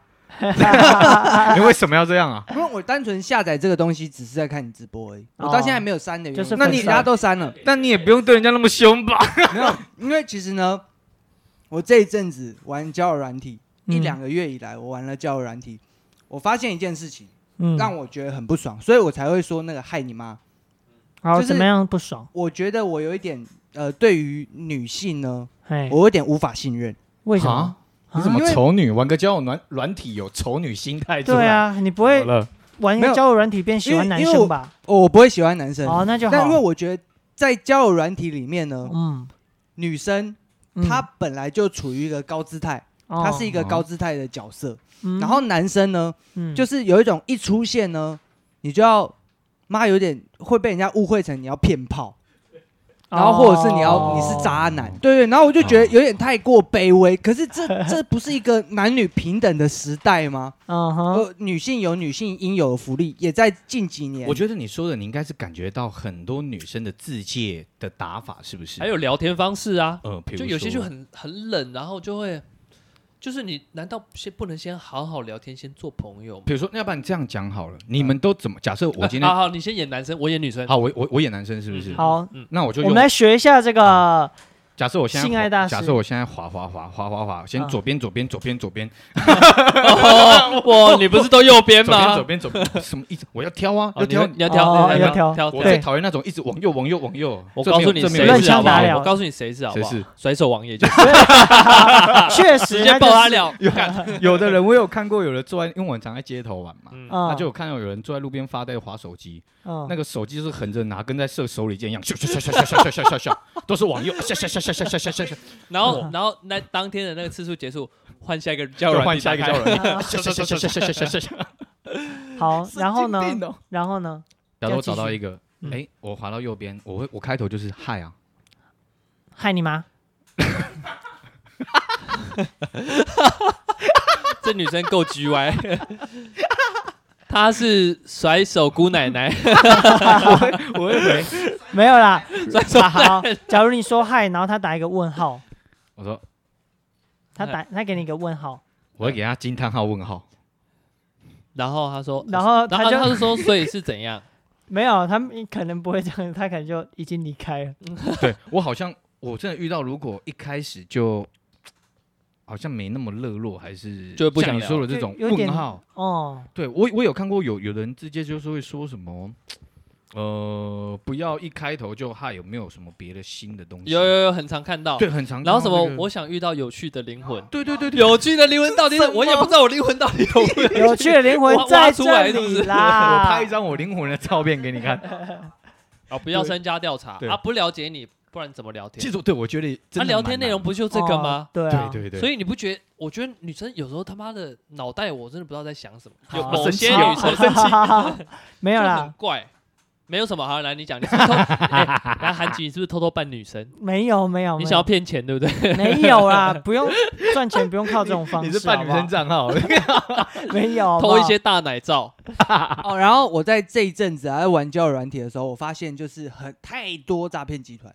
Speaker 4: 你为什么要这样 啊？
Speaker 6: 因为我单纯下载这个东西只是在看你直播而已，我到现在还没有删的原因。
Speaker 1: 哦就是
Speaker 6: 那你
Speaker 1: 分
Speaker 6: 其
Speaker 1: 手
Speaker 6: 他都删了，
Speaker 4: 但你也不用对人家那么凶吧？
Speaker 6: 没有？因为其实呢，我这一阵子玩交友软体， 一
Speaker 1: 嗯
Speaker 6: 两个月以来，我玩了交友软体，我发现一件事情。
Speaker 1: 嗯，
Speaker 6: 让我觉得很不爽，所以我才会说那个害你妈。
Speaker 1: 好
Speaker 6: 就是
Speaker 1: 怎么样不爽？
Speaker 6: 我觉得我有一点呃，对于女性呢，
Speaker 1: 哎，
Speaker 6: 我有点无法信任。
Speaker 1: 为什么
Speaker 4: 啊？？你怎
Speaker 1: 啊
Speaker 4: 么
Speaker 6: 因为
Speaker 4: 丑女玩个交友软软体有丑女心态出来？
Speaker 1: 对啊，你不
Speaker 4: 怎
Speaker 1: 会
Speaker 4: 么了，
Speaker 1: 玩一
Speaker 6: 没
Speaker 1: 个
Speaker 6: 有
Speaker 1: 交友软体变喜
Speaker 6: 因为
Speaker 1: 欢男
Speaker 6: 因为
Speaker 1: 生
Speaker 6: 我
Speaker 1: 吧？
Speaker 6: 哦，我不会喜欢男生，
Speaker 1: 哦，那就
Speaker 6: 但因为
Speaker 1: 好。
Speaker 6: 我觉得在交友软体里面呢，
Speaker 1: 嗯，
Speaker 6: 女生
Speaker 1: 嗯哦
Speaker 6: 她本来就处于一个高姿态，她是一个高姿态的角色。
Speaker 1: 嗯
Speaker 6: 然后男生呢，就是是有一种一出现呢，你就要妈有点会被人家误会成你要骗炮。
Speaker 1: 哦
Speaker 6: 然后或者是你要、你是渣男，对对，然后我就觉得有点太过卑微。可 是这这不是一个男女平等的时代吗？
Speaker 1: 嗯哼，
Speaker 6: 呃，女性有女性应有的福利，也在近几年，
Speaker 4: 我觉得你说的，你应该是感觉到很多女生的自介的打法是不是？
Speaker 3: 还有聊天方式啊，
Speaker 4: 呃，比如
Speaker 3: 就有些
Speaker 4: 说
Speaker 3: 就很很冷，然后就会，就是你难道先不能先好好聊天，先做朋友吗？
Speaker 4: 比如说，那要不然这样讲好了，你们都怎么？假设我今天
Speaker 3: 啊、好好，你先演男生，我演女生，
Speaker 4: 好，我我我演男生是不是？
Speaker 3: 嗯
Speaker 1: 好，
Speaker 3: 嗯，
Speaker 4: 那我就
Speaker 1: 我
Speaker 4: 用
Speaker 1: 们。来学一下这个
Speaker 4: 假设我现在
Speaker 1: 性爱大师
Speaker 4: 假设我现在滑滑滑滑滑滑，先
Speaker 1: 啊
Speaker 4: 左边左边左边左边
Speaker 3: 哦，哇，你不是都右边
Speaker 4: 左边左
Speaker 3: 吗？
Speaker 4: 边左边，什么一直我要挑啊，
Speaker 3: 哦
Speaker 4: 要
Speaker 3: 你会
Speaker 4: 挑。
Speaker 3: 你要挑，
Speaker 1: 哦
Speaker 3: 你
Speaker 1: 要挑
Speaker 3: 挑
Speaker 4: 我
Speaker 1: 对
Speaker 4: 最讨厌那种一直往右往右往右。
Speaker 3: 我
Speaker 4: 这
Speaker 3: 告
Speaker 4: 没有
Speaker 3: 诉你
Speaker 4: 这没有
Speaker 3: 谁
Speaker 1: 乱
Speaker 4: 意
Speaker 3: 是
Speaker 4: 思
Speaker 1: 枪
Speaker 3: 好不
Speaker 1: 打
Speaker 3: 好
Speaker 1: 脸？
Speaker 3: 我告诉你谁是好不好
Speaker 4: 谁是？
Speaker 3: 甩手王爷就是
Speaker 1: 确实
Speaker 3: 直 接爆他，料。
Speaker 4: 有的人我有看过，有人坐在，因为我很常在街头玩嘛，
Speaker 3: 嗯
Speaker 1: 那
Speaker 4: 那
Speaker 1: 就
Speaker 4: 就是有看到有人坐在路边发呆划手机，
Speaker 3: 啊
Speaker 1: 嗯
Speaker 4: 那
Speaker 1: 嗯
Speaker 4: 个手机是横着拿，跟在射手里箭一样，咻咻咻咻咻咻咻 咻咻，都是往右，咻咻咻咻咻咻咻咻咻，
Speaker 3: 然后然后那当天的那个次数结束，换下一个交友
Speaker 4: 就
Speaker 3: 软
Speaker 4: 换
Speaker 3: 体
Speaker 4: 下一个
Speaker 3: 打
Speaker 4: 叫
Speaker 3: 开
Speaker 4: 人，咻咻咻咻咻咻咻咻 咻。
Speaker 1: 好，然后呢
Speaker 4: 神经？病哦？
Speaker 1: 然后呢？
Speaker 4: 假如我找
Speaker 1: 要继
Speaker 4: 到
Speaker 1: 续
Speaker 4: 一个，
Speaker 1: 嗯
Speaker 4: 哎，我滑到右边，我会我开头就是嗨啊，
Speaker 1: 害你 妈！
Speaker 3: 这女生够 G Y，她是甩手姑奶奶，
Speaker 4: 我会回，
Speaker 1: 没有啦，
Speaker 3: 甩手
Speaker 1: 好，假如你说嗨，然后他打一个问号，
Speaker 4: 我说
Speaker 3: 嗯
Speaker 1: 他打他给你一个问号，
Speaker 4: 我会给他惊叹号 问号，
Speaker 3: 然后她说，
Speaker 1: 然后
Speaker 3: 哦然
Speaker 1: 他
Speaker 3: 后她
Speaker 1: 就
Speaker 3: 就说，所以是怎样？
Speaker 1: 没有，他们可能不会这样，他可能就已经离开了。
Speaker 4: 对我好像我真的遇到，如果一开始就好像没那么热络，还是
Speaker 3: 就不想
Speaker 4: 像你说的这种
Speaker 1: 就有点
Speaker 4: 问号。
Speaker 1: 哦，
Speaker 4: 对我我有看过有有人直接就是会说什么，呃，不要一开头就嗨，有没有什么别的新的东西？
Speaker 3: 有有有，很常看到。
Speaker 4: 对，很常
Speaker 3: 然
Speaker 4: 看到
Speaker 3: 后
Speaker 4: 这
Speaker 3: 什
Speaker 4: 个。
Speaker 3: 么？我想遇到有趣的灵魂。
Speaker 4: 对对对对，
Speaker 3: 有趣的灵魂到底是
Speaker 4: 什么
Speaker 3: 我也不知道我灵魂到底有没有。
Speaker 1: 有趣的灵魂
Speaker 3: 挖
Speaker 1: 在
Speaker 3: 挖出
Speaker 1: 这
Speaker 3: 来是不是
Speaker 1: 里
Speaker 4: 我
Speaker 1: 啦！哦
Speaker 4: 拍一张我灵魂的照片给你看。
Speaker 3: 啊，不要身家调查
Speaker 4: 对
Speaker 3: 啊，不了解你，不然怎么聊
Speaker 4: 其
Speaker 3: 天？
Speaker 4: 实对我觉得
Speaker 3: 那
Speaker 4: 真的蛮难的，
Speaker 3: 聊天内容不就这个
Speaker 1: 哦？？
Speaker 3: 吗
Speaker 1: 对啊，
Speaker 4: 对对对，
Speaker 3: 所
Speaker 4: 以
Speaker 3: 以你不觉我觉得女生有时候他妈的脑袋，我真的不知道在想 什么。有
Speaker 1: 好
Speaker 3: 某些
Speaker 4: 生气哦
Speaker 3: 女生
Speaker 1: 生气， 没有
Speaker 3: 就很
Speaker 1: 啦，
Speaker 3: 怪，没有什么。好，来你讲，你是不是偷， 哎来韩琦，你是不是偷偷扮女生？
Speaker 1: 没有哦没有，没
Speaker 3: 你想要
Speaker 1: 有
Speaker 3: 骗钱，对不对？
Speaker 1: 没有啦，不用赚钱，不用靠这种方式，
Speaker 4: 你是办女生账号，
Speaker 1: 好不好没有好不好
Speaker 3: 偷一些大奶照，
Speaker 6: 哦，然后我在这一阵子啊，在玩交友软体的时候，我发现就是很太多诈骗集团，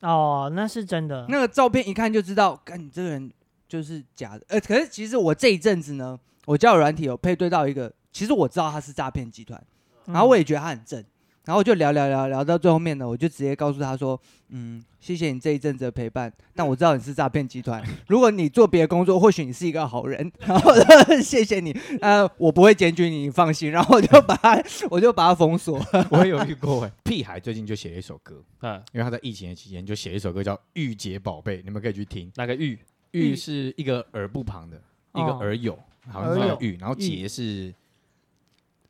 Speaker 1: 哦，那是真的，
Speaker 6: 那个照片一看就知道，干你这个人就是假的。呃，可是其实我这一阵子呢，我交友软体有配对到一个，其实我知道他是诈骗集团，
Speaker 1: 嗯
Speaker 6: 然后我也觉得他很正，然后我就聊聊聊聊到最后面呢，我就直接告诉他说，嗯，谢谢你这一阵子的陪伴，但我知道你是诈骗集团，如果你做别的工作，或许你是一个好人， 然后谢谢你，呃，我不会检举你，你放心，然后我就把他，我就把他封锁，
Speaker 4: 我有遇过哎。 屁孩最近就写了一首歌，
Speaker 3: 嗯，
Speaker 4: 因为他在疫情的期间就写了一首歌叫《御姐宝贝》，你们可以去听。
Speaker 3: 哪个玉？
Speaker 4: 御是一个耳部旁的，一个
Speaker 1: 哦
Speaker 4: 耳友，好像
Speaker 1: 耳
Speaker 4: 叫
Speaker 1: 友
Speaker 4: 御，然后
Speaker 1: 御
Speaker 4: 洁是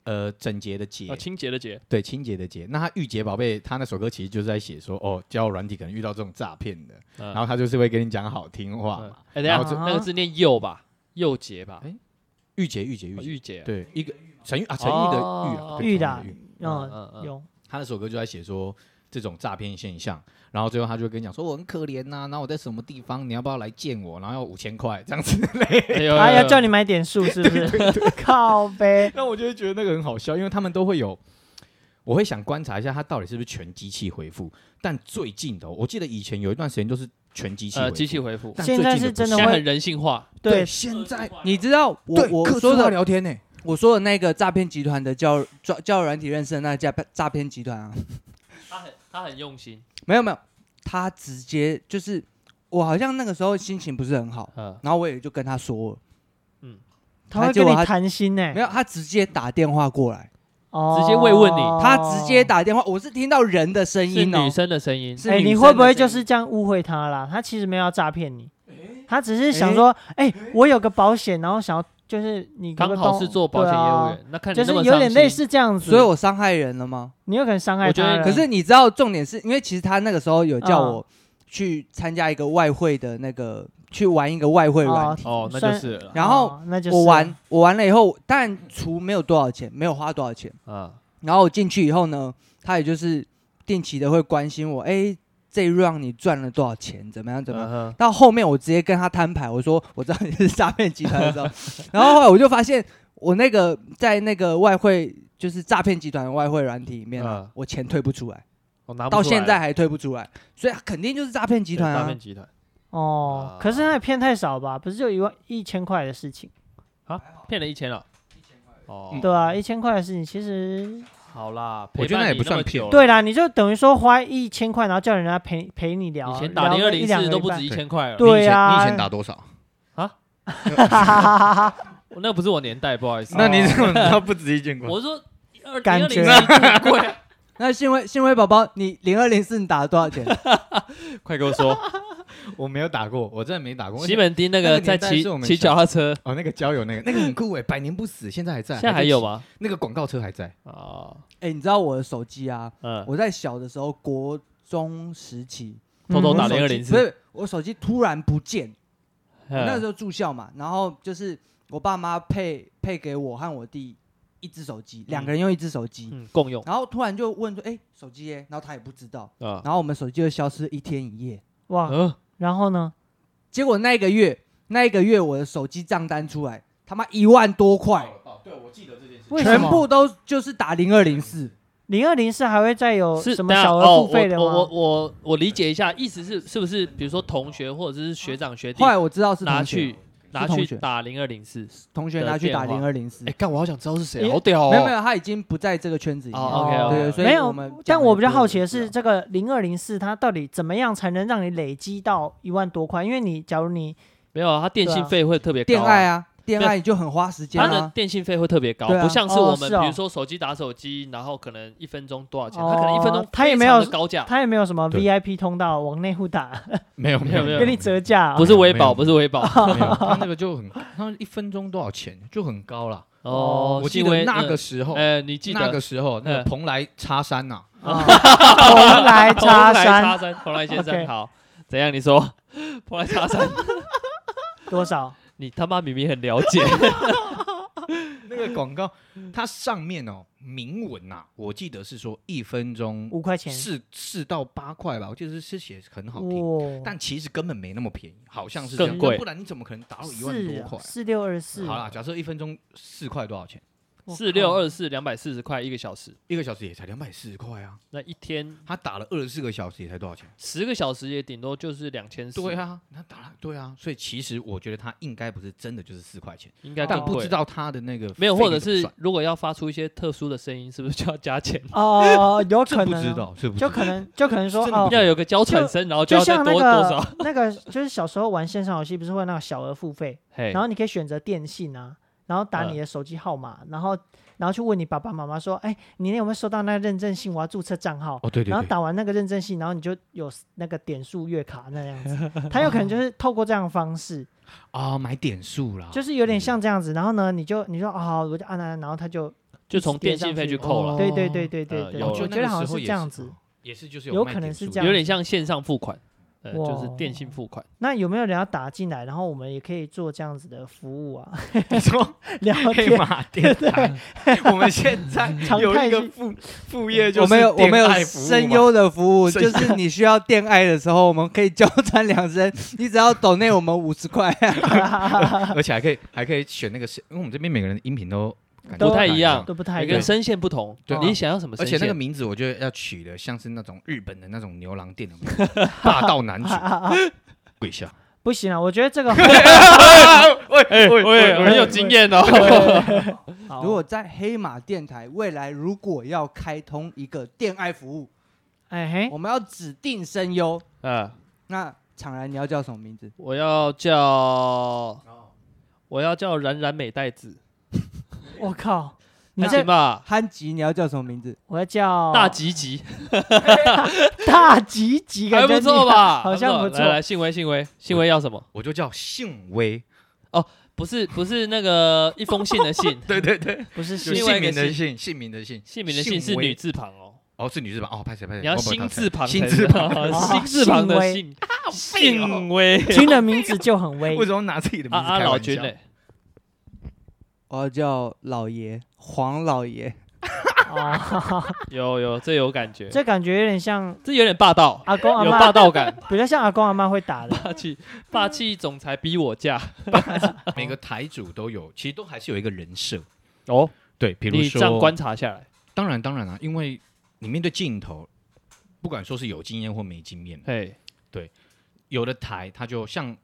Speaker 4: 呃整洁的洁
Speaker 3: 啊，，清洁的洁，
Speaker 4: 对清洁的洁。那他御姐宝贝，他那首歌其实就是在写说，哦，交友软体可能遇到这种诈骗的，
Speaker 3: 然
Speaker 4: 然后他就是会跟你讲好听话
Speaker 3: 嗯
Speaker 4: 嘛。
Speaker 3: 哎，等一
Speaker 4: 然
Speaker 3: 下
Speaker 4: 后
Speaker 1: 这
Speaker 3: 那个字念幼吧，幼洁吧
Speaker 4: 哎，御姐，御姐，御
Speaker 3: 哦
Speaker 4: 姐，啊
Speaker 3: 玉洁，
Speaker 4: 对，一个成语啊，成语的
Speaker 3: 哦
Speaker 4: 御啊，对
Speaker 1: 御
Speaker 4: 成
Speaker 1: 的
Speaker 4: 语的御。
Speaker 1: 嗯
Speaker 3: 嗯嗯
Speaker 1: 有
Speaker 4: 他那首歌就在写说，这种诈骗现象，然后最后他就会跟你讲说哦我很可怜呐、然后我在什么地方，你要不要来见我？然后要五千块这样 子类。
Speaker 3: 哎呦
Speaker 1: 啊，要叫你买点数是不是？ 靠呗，
Speaker 4: 那我就会觉得那个很好笑，因为他们都会有，我会想观察一下他到底是不是全机器回复。但最近的哦、我记得以前有一段时间就是全机器回
Speaker 3: 呃
Speaker 4: 复
Speaker 3: 机器回复，
Speaker 4: 但最
Speaker 1: 现
Speaker 4: 近
Speaker 1: 在
Speaker 4: 的
Speaker 1: 是
Speaker 4: 不
Speaker 1: 真的
Speaker 3: 现在
Speaker 1: 会
Speaker 3: 很人性化，
Speaker 1: 对
Speaker 4: 现在
Speaker 6: 你知道我
Speaker 4: 对
Speaker 6: 我
Speaker 4: 客
Speaker 6: 说
Speaker 4: 制化
Speaker 6: 的
Speaker 4: 聊天呢、
Speaker 6: 我说的那个诈骗集团的教教教友软体认识的那家诈骗集团啊，
Speaker 3: 他很他很用心，
Speaker 6: 没有没有，他直接就是我好像那个时候心情不是很好，
Speaker 3: 嗯，
Speaker 6: 然后我也就跟他说了，
Speaker 1: 他会
Speaker 6: 结
Speaker 1: 跟
Speaker 6: 果
Speaker 1: 你
Speaker 6: 他
Speaker 1: 谈心呢、
Speaker 6: 没有，他直接打电话过来，
Speaker 1: 哦，
Speaker 3: 直接慰问你
Speaker 6: 他直接。打电话，我是听到人的声
Speaker 3: 是
Speaker 6: 音哦
Speaker 3: 女，生的声音，
Speaker 6: 是
Speaker 1: 哎、
Speaker 6: 女
Speaker 1: 你
Speaker 6: 生
Speaker 1: 会
Speaker 6: 的
Speaker 1: 不会
Speaker 6: 声
Speaker 1: 就
Speaker 6: 音
Speaker 1: 是这样误会他啦？他其实没有要诈骗你，他只是想说，哎、我有个保险，然后想要就是你可不可
Speaker 3: 刚
Speaker 1: 以
Speaker 3: 好
Speaker 1: 帮
Speaker 3: 是
Speaker 1: 我
Speaker 3: 做保险
Speaker 1: 对啊
Speaker 3: 业务员，那看你
Speaker 1: 就
Speaker 3: 那
Speaker 1: 是
Speaker 3: 么
Speaker 1: 有点
Speaker 3: 伤
Speaker 1: 类
Speaker 3: 心，
Speaker 1: 似这样子。
Speaker 6: 所以我伤害人了吗？
Speaker 1: 你有可能伤害
Speaker 3: 我觉
Speaker 1: 他
Speaker 3: 得
Speaker 1: 人。
Speaker 6: 可是你知道重点是因为其实他那个时候有叫
Speaker 1: 嗯
Speaker 6: 我去参加一个外汇的那个去玩一个外汇软
Speaker 1: 哦
Speaker 6: 体，
Speaker 2: 哦，那
Speaker 1: 算
Speaker 2: 就是了啦。
Speaker 6: 然后
Speaker 1: 哦那就是
Speaker 6: 我玩我玩了以后，但除没有多少钱，没有花多少钱。
Speaker 3: 啊，
Speaker 6: 然后我进去以后呢，他也就是定期的会关心我，哎，这一 round 你赚了多少钱？怎么样？怎 么样？
Speaker 3: 嗯哼
Speaker 6: 到后面我直接跟他摊牌，我说我知道你是诈骗集团的时候， 然后后来我就发现我那个在那个外汇就是诈骗集团的外汇软体里面啊、
Speaker 3: 嗯
Speaker 6: 我钱退不出来，
Speaker 3: 我拿不
Speaker 6: 到
Speaker 3: 出来
Speaker 6: 现在还退不出来，所以肯定就是诈骗集
Speaker 3: 对
Speaker 6: 团
Speaker 3: 诈
Speaker 6: 啊
Speaker 3: 骗。集团
Speaker 1: 哦，
Speaker 3: 啊
Speaker 1: 可是他也骗太少吧？不是就一万一千块的事情，
Speaker 3: 骗了一千了，哦，
Speaker 1: 对啊，一千块的事情其实
Speaker 3: 好啦，
Speaker 4: 我觉得那也不算骗
Speaker 1: 对啦，你就等于说花一千块，然后叫人家陪陪你聊，
Speaker 3: 以前打零
Speaker 1: 聊
Speaker 3: 二
Speaker 1: 个一
Speaker 3: 零
Speaker 1: 两
Speaker 3: 四
Speaker 1: 个
Speaker 3: 都不
Speaker 1: 礼
Speaker 3: 止一
Speaker 4: 对
Speaker 3: 千块了，
Speaker 1: 对啊
Speaker 4: 你以前你以前打多少？
Speaker 1: 拜哈哈哈哈哈哈
Speaker 3: 我那不是我年代，不好意思。
Speaker 4: 那你怎么知道不止一千 块？
Speaker 3: 我说二
Speaker 1: 哦感觉
Speaker 3: 2004贵啊，
Speaker 6: 那幸威幸威宝宝，你零二零四你打了多少钱？
Speaker 4: 快给我说，我没有打过，我真的没打过。而且
Speaker 3: 西门町那
Speaker 4: 那
Speaker 3: 个
Speaker 4: 个
Speaker 3: 在
Speaker 4: 年代
Speaker 3: 骑
Speaker 4: 是我们
Speaker 3: 骑脚踏车，
Speaker 4: 哦，那个交友那个那个很酷哎，百年不死，现在还在，
Speaker 3: 现在还有
Speaker 4: 在骑？
Speaker 3: 吗？
Speaker 4: 那个广告车还在，
Speaker 3: 啊，
Speaker 6: 哎，你知道我的手机啊，
Speaker 3: 嗯，
Speaker 6: 我在小的时候国中时期，
Speaker 3: 偷偷
Speaker 1: 嗯
Speaker 3: 哦打
Speaker 6: 我手
Speaker 3: 零二
Speaker 6: 机
Speaker 3: 零
Speaker 6: 不
Speaker 3: 四，
Speaker 6: 是我手机突然不见，我那时
Speaker 3: 嗯
Speaker 6: 候住校嘛，然后就是我爸妈配配给我和我弟一只手机，两个人用一只手机，
Speaker 3: 嗯，共用
Speaker 6: 然后突然就问说：“哎、手机耶？”然后他也不知道，
Speaker 3: 啊，
Speaker 6: 然后我们手机就消失一天一夜。
Speaker 1: 哇，
Speaker 3: 嗯，
Speaker 1: 然后呢？
Speaker 6: 结果那一个月，那一个月我的手机账单出来，他妈一万多块，
Speaker 1: 为什
Speaker 6: 全部
Speaker 1: 么
Speaker 6: 都就是打零二零四。
Speaker 3: 嗯
Speaker 1: 零二零四还会再有
Speaker 3: 是
Speaker 1: 什么
Speaker 3: 等下
Speaker 1: 小
Speaker 3: 哦
Speaker 1: 额付费的吗？
Speaker 3: 我我我我我理解一下，意思是是不是比如说同学或者是学长学弟
Speaker 6: 后来我知道是
Speaker 3: 拿
Speaker 6: 同学
Speaker 3: 去拿
Speaker 6: 同
Speaker 3: 去
Speaker 6: 学
Speaker 3: 打零二零四？
Speaker 6: 同学拿去打
Speaker 3: 的电
Speaker 6: 零
Speaker 3: 话
Speaker 6: 二零四，
Speaker 2: 哎，干，我好想知道是谁，
Speaker 1: 因为
Speaker 2: 好屌哦！
Speaker 6: 没有没有，他已经不在这个圈子里面。
Speaker 3: 哦，OK，OK
Speaker 6: 对对，所以
Speaker 1: 没
Speaker 6: 我
Speaker 1: 有
Speaker 6: 们，
Speaker 1: 但
Speaker 6: 讲
Speaker 1: 我
Speaker 6: 得
Speaker 1: 比较
Speaker 6: 不
Speaker 1: 好
Speaker 6: 多
Speaker 1: 奇的
Speaker 6: 知
Speaker 1: 是，
Speaker 6: 道
Speaker 1: 这个零二零四它到底怎么样才能让你累积到一万多块？因为你假如你
Speaker 3: 没有啊，他电信费会特别高
Speaker 6: 恋
Speaker 3: 啊，
Speaker 6: 爱啊，恋
Speaker 3: 对
Speaker 6: 爱你就很花时间
Speaker 3: 它的
Speaker 6: 啊。
Speaker 3: 电信费会特别高，
Speaker 6: 对啊
Speaker 3: 不像是我们
Speaker 1: 哦是哦
Speaker 3: 比如说手机打手机，然后可能一分钟多少钱，它可能一分钟
Speaker 1: 哦它也没
Speaker 3: 非常
Speaker 1: 有
Speaker 3: 的高价，
Speaker 1: 它也没有什么
Speaker 4: 对
Speaker 1: VIP 通道往内户打，
Speaker 4: 没有
Speaker 3: 没有没有
Speaker 1: 给你折价哦、
Speaker 3: 嗯不是微
Speaker 4: 没
Speaker 3: 保，
Speaker 4: 有
Speaker 3: 不是微保
Speaker 4: 没有，他那个就很，他一分钟多少钱就很高了。
Speaker 3: 哦。
Speaker 4: 我
Speaker 3: 是
Speaker 4: 记
Speaker 3: 因
Speaker 4: 得
Speaker 3: 为
Speaker 4: 那个，时候，
Speaker 3: 呃，你记得呃
Speaker 4: 那个时候那个蓬莱叉山呐，
Speaker 1: 啊 蓬莱
Speaker 3: 哦蓬
Speaker 1: 茶
Speaker 3: 莱插
Speaker 1: 山
Speaker 3: 山，蓬莱先生
Speaker 1: OK
Speaker 3: 好，怎样？你说 蓬莱插山，
Speaker 1: 多少？
Speaker 3: 你他妈明明很了解，
Speaker 4: 那个广告，它上面哦明文呐，我记得是说一分钟
Speaker 1: 五块钱。
Speaker 4: 四四到八块吧，我记得是是写很好听，
Speaker 1: 哇，
Speaker 4: 但其实根本没那么便宜，好像是这样
Speaker 3: 更贵啊
Speaker 4: 不然你怎么可能达到一万
Speaker 1: 四啊
Speaker 4: 多块？
Speaker 1: 四六二四，
Speaker 4: 好啦，假设一分钟四块多少钱？
Speaker 1: 我靠
Speaker 3: 四六二四两百四十块一个小时，
Speaker 4: 一个小时也才两百四十块啊！
Speaker 3: 那一天
Speaker 4: 他打了二十四个小时也才多少钱？
Speaker 3: 十个小时也顶多就是两千四，
Speaker 4: 对，啊，他打了对啊，所以其实我觉得他应该不是真的就是四块钱，
Speaker 3: 应该
Speaker 4: 但
Speaker 3: 更
Speaker 4: 不
Speaker 3: 贵
Speaker 4: 知。道他的那个
Speaker 3: 没有，
Speaker 4: 费
Speaker 3: 或
Speaker 4: 率
Speaker 3: 者
Speaker 4: 怎么
Speaker 3: 是
Speaker 4: 算
Speaker 3: 如果要发出一些特殊的声音，是不是就要加钱？
Speaker 1: 哦，有可
Speaker 4: 这
Speaker 1: 能
Speaker 4: 不
Speaker 1: 哦
Speaker 4: 知，道，这不知
Speaker 1: 就
Speaker 4: 道。
Speaker 1: 可能就可能说
Speaker 4: 真的不
Speaker 1: 哦
Speaker 4: 知道，
Speaker 3: 要有个娇喘声，然后
Speaker 1: 就
Speaker 3: 就要再
Speaker 1: 像那
Speaker 3: 多多少？
Speaker 1: 个那个就是小时候玩线上游戏，不是会有那种小额付费，
Speaker 3: 嘿
Speaker 1: 然后你可以选择电信啊，然后
Speaker 4: 嗯
Speaker 1: 打你的手机号码，然后然后去问你爸爸妈妈说，哎，你有没有收到那个认证信？我要注册账号。
Speaker 4: 哦，对对
Speaker 1: 然后
Speaker 4: 对，
Speaker 1: 打完那个认证信，然后你就有那个点数月卡那样 子，他有可能就是透过这样的方式，
Speaker 4: 啊，买点数啦，
Speaker 1: 就是有点像这样子。然后呢，你就你说哦，好我就按按，按然后他就
Speaker 3: 就从电信费去扣了，
Speaker 4: 哦
Speaker 1: 对对对对对
Speaker 3: 呃
Speaker 1: 对，
Speaker 3: 有
Speaker 1: 我
Speaker 4: 就
Speaker 1: 觉
Speaker 4: 那个
Speaker 1: 得好
Speaker 4: 时
Speaker 1: 像
Speaker 4: 候
Speaker 1: 是
Speaker 4: 也
Speaker 1: 这样子，，
Speaker 4: 也是就是
Speaker 1: 有
Speaker 4: 卖
Speaker 1: 可能
Speaker 4: 点
Speaker 1: 是
Speaker 4: 数
Speaker 1: 这样
Speaker 4: 的
Speaker 3: 有点像线上付款。呃，就是
Speaker 1: 哇
Speaker 3: 电信付款。
Speaker 1: 那有没有人要打进来？然后我们也可以做这样子的服务啊，聊
Speaker 4: 黑
Speaker 1: 天。
Speaker 4: 马电台，我们现在
Speaker 1: 常
Speaker 4: 有
Speaker 1: 态
Speaker 4: 一个
Speaker 1: 性
Speaker 4: 副副业就
Speaker 6: 我
Speaker 4: 是
Speaker 6: 们有我们
Speaker 4: 恋
Speaker 6: 有
Speaker 4: 爱服务
Speaker 6: 声
Speaker 4: 嘛
Speaker 6: 优的服务，
Speaker 4: 声
Speaker 6: 就
Speaker 4: 优
Speaker 6: 是你需要恋爱的时候，我们可以交战两声，你只要抖内我们五十 块。
Speaker 4: 而且还可以还可以选那个声，因为我们这边每个人的音频都感觉
Speaker 1: 都不太
Speaker 4: 一
Speaker 3: 一 样
Speaker 1: 都不太
Speaker 3: 每
Speaker 1: 一
Speaker 3: 个人
Speaker 1: 样。
Speaker 3: 声线不同，
Speaker 4: 对
Speaker 3: 你想要什么
Speaker 4: 而
Speaker 3: 声
Speaker 4: 且
Speaker 3: 线？
Speaker 4: 那个名字我觉得要取的像是那种日本的那种牛郎店的名字霸道男主， 跪下。
Speaker 1: 不行啊，我觉得这个
Speaker 4: 喂喂
Speaker 3: 哎喂，很有经验哦。
Speaker 1: 好
Speaker 6: 如果在黑马电台未来如果要开通一个恋爱服务，
Speaker 1: 哎嘿
Speaker 6: 我们要指定声优，
Speaker 3: 嗯，
Speaker 6: 那常然你要叫什么名字？
Speaker 3: 我要叫，
Speaker 4: 哦
Speaker 3: 我要叫冉冉美代子，
Speaker 1: 我靠，你哦
Speaker 3: 还
Speaker 1: 这
Speaker 3: 行吧？
Speaker 6: 憨吉你要叫什么名字？
Speaker 1: 我要叫
Speaker 3: 大吉吉
Speaker 1: 大吉吉，感
Speaker 3: 还
Speaker 1: 觉
Speaker 3: 不
Speaker 1: 你
Speaker 3: 错吧？
Speaker 1: 好像
Speaker 3: 还
Speaker 1: 不
Speaker 3: 来
Speaker 1: 错。
Speaker 3: 来，信威，信威，信威要什么？
Speaker 4: 我就叫信威，，
Speaker 3: 不是不是那个一封信的信
Speaker 4: 对对 对，
Speaker 1: 不是信
Speaker 4: 就
Speaker 3: 另
Speaker 4: 姓
Speaker 3: 外一
Speaker 4: 名
Speaker 3: 个
Speaker 4: 的
Speaker 3: 姓
Speaker 4: 姓，姓名的姓，
Speaker 3: 姓名的姓是
Speaker 4: 威
Speaker 3: 女，字旁哦，
Speaker 4: 哦是女字旁，哦拍谁拍谁，
Speaker 3: 你要
Speaker 4: 哦不
Speaker 3: 心
Speaker 4: 不
Speaker 3: 字旁才
Speaker 4: 心
Speaker 3: 能，
Speaker 4: 字旁，
Speaker 3: 心字旁
Speaker 1: 信
Speaker 3: 的
Speaker 1: 威
Speaker 3: 信，信威
Speaker 4: 啊
Speaker 1: 君的名字就很威
Speaker 4: 为，什么拿自己的
Speaker 3: 啊
Speaker 4: 名字
Speaker 3: 啊
Speaker 4: 哦开
Speaker 3: 老
Speaker 4: 玩
Speaker 3: 君
Speaker 4: 笑？
Speaker 3: 嘞，
Speaker 6: 我要叫老爷黄老爷。
Speaker 1: 哦，
Speaker 3: 有有这有感觉，
Speaker 1: 这感觉有点像
Speaker 3: 这有点霸道，
Speaker 1: 阿公阿
Speaker 3: 有霸
Speaker 1: 妈，
Speaker 3: 道感，
Speaker 1: 比较像阿公阿妈会打的。
Speaker 3: 霸气霸气总裁逼我嫁
Speaker 4: 每个台主都有，其实都还是有一个人设，
Speaker 3: 哦，
Speaker 4: 对，比如
Speaker 3: 你这样
Speaker 4: 说
Speaker 3: 观察下来，
Speaker 4: 当然当然啦、因为你面对镜头，不管说是有经验或没经验，
Speaker 3: 嘿，
Speaker 4: 有的台它就像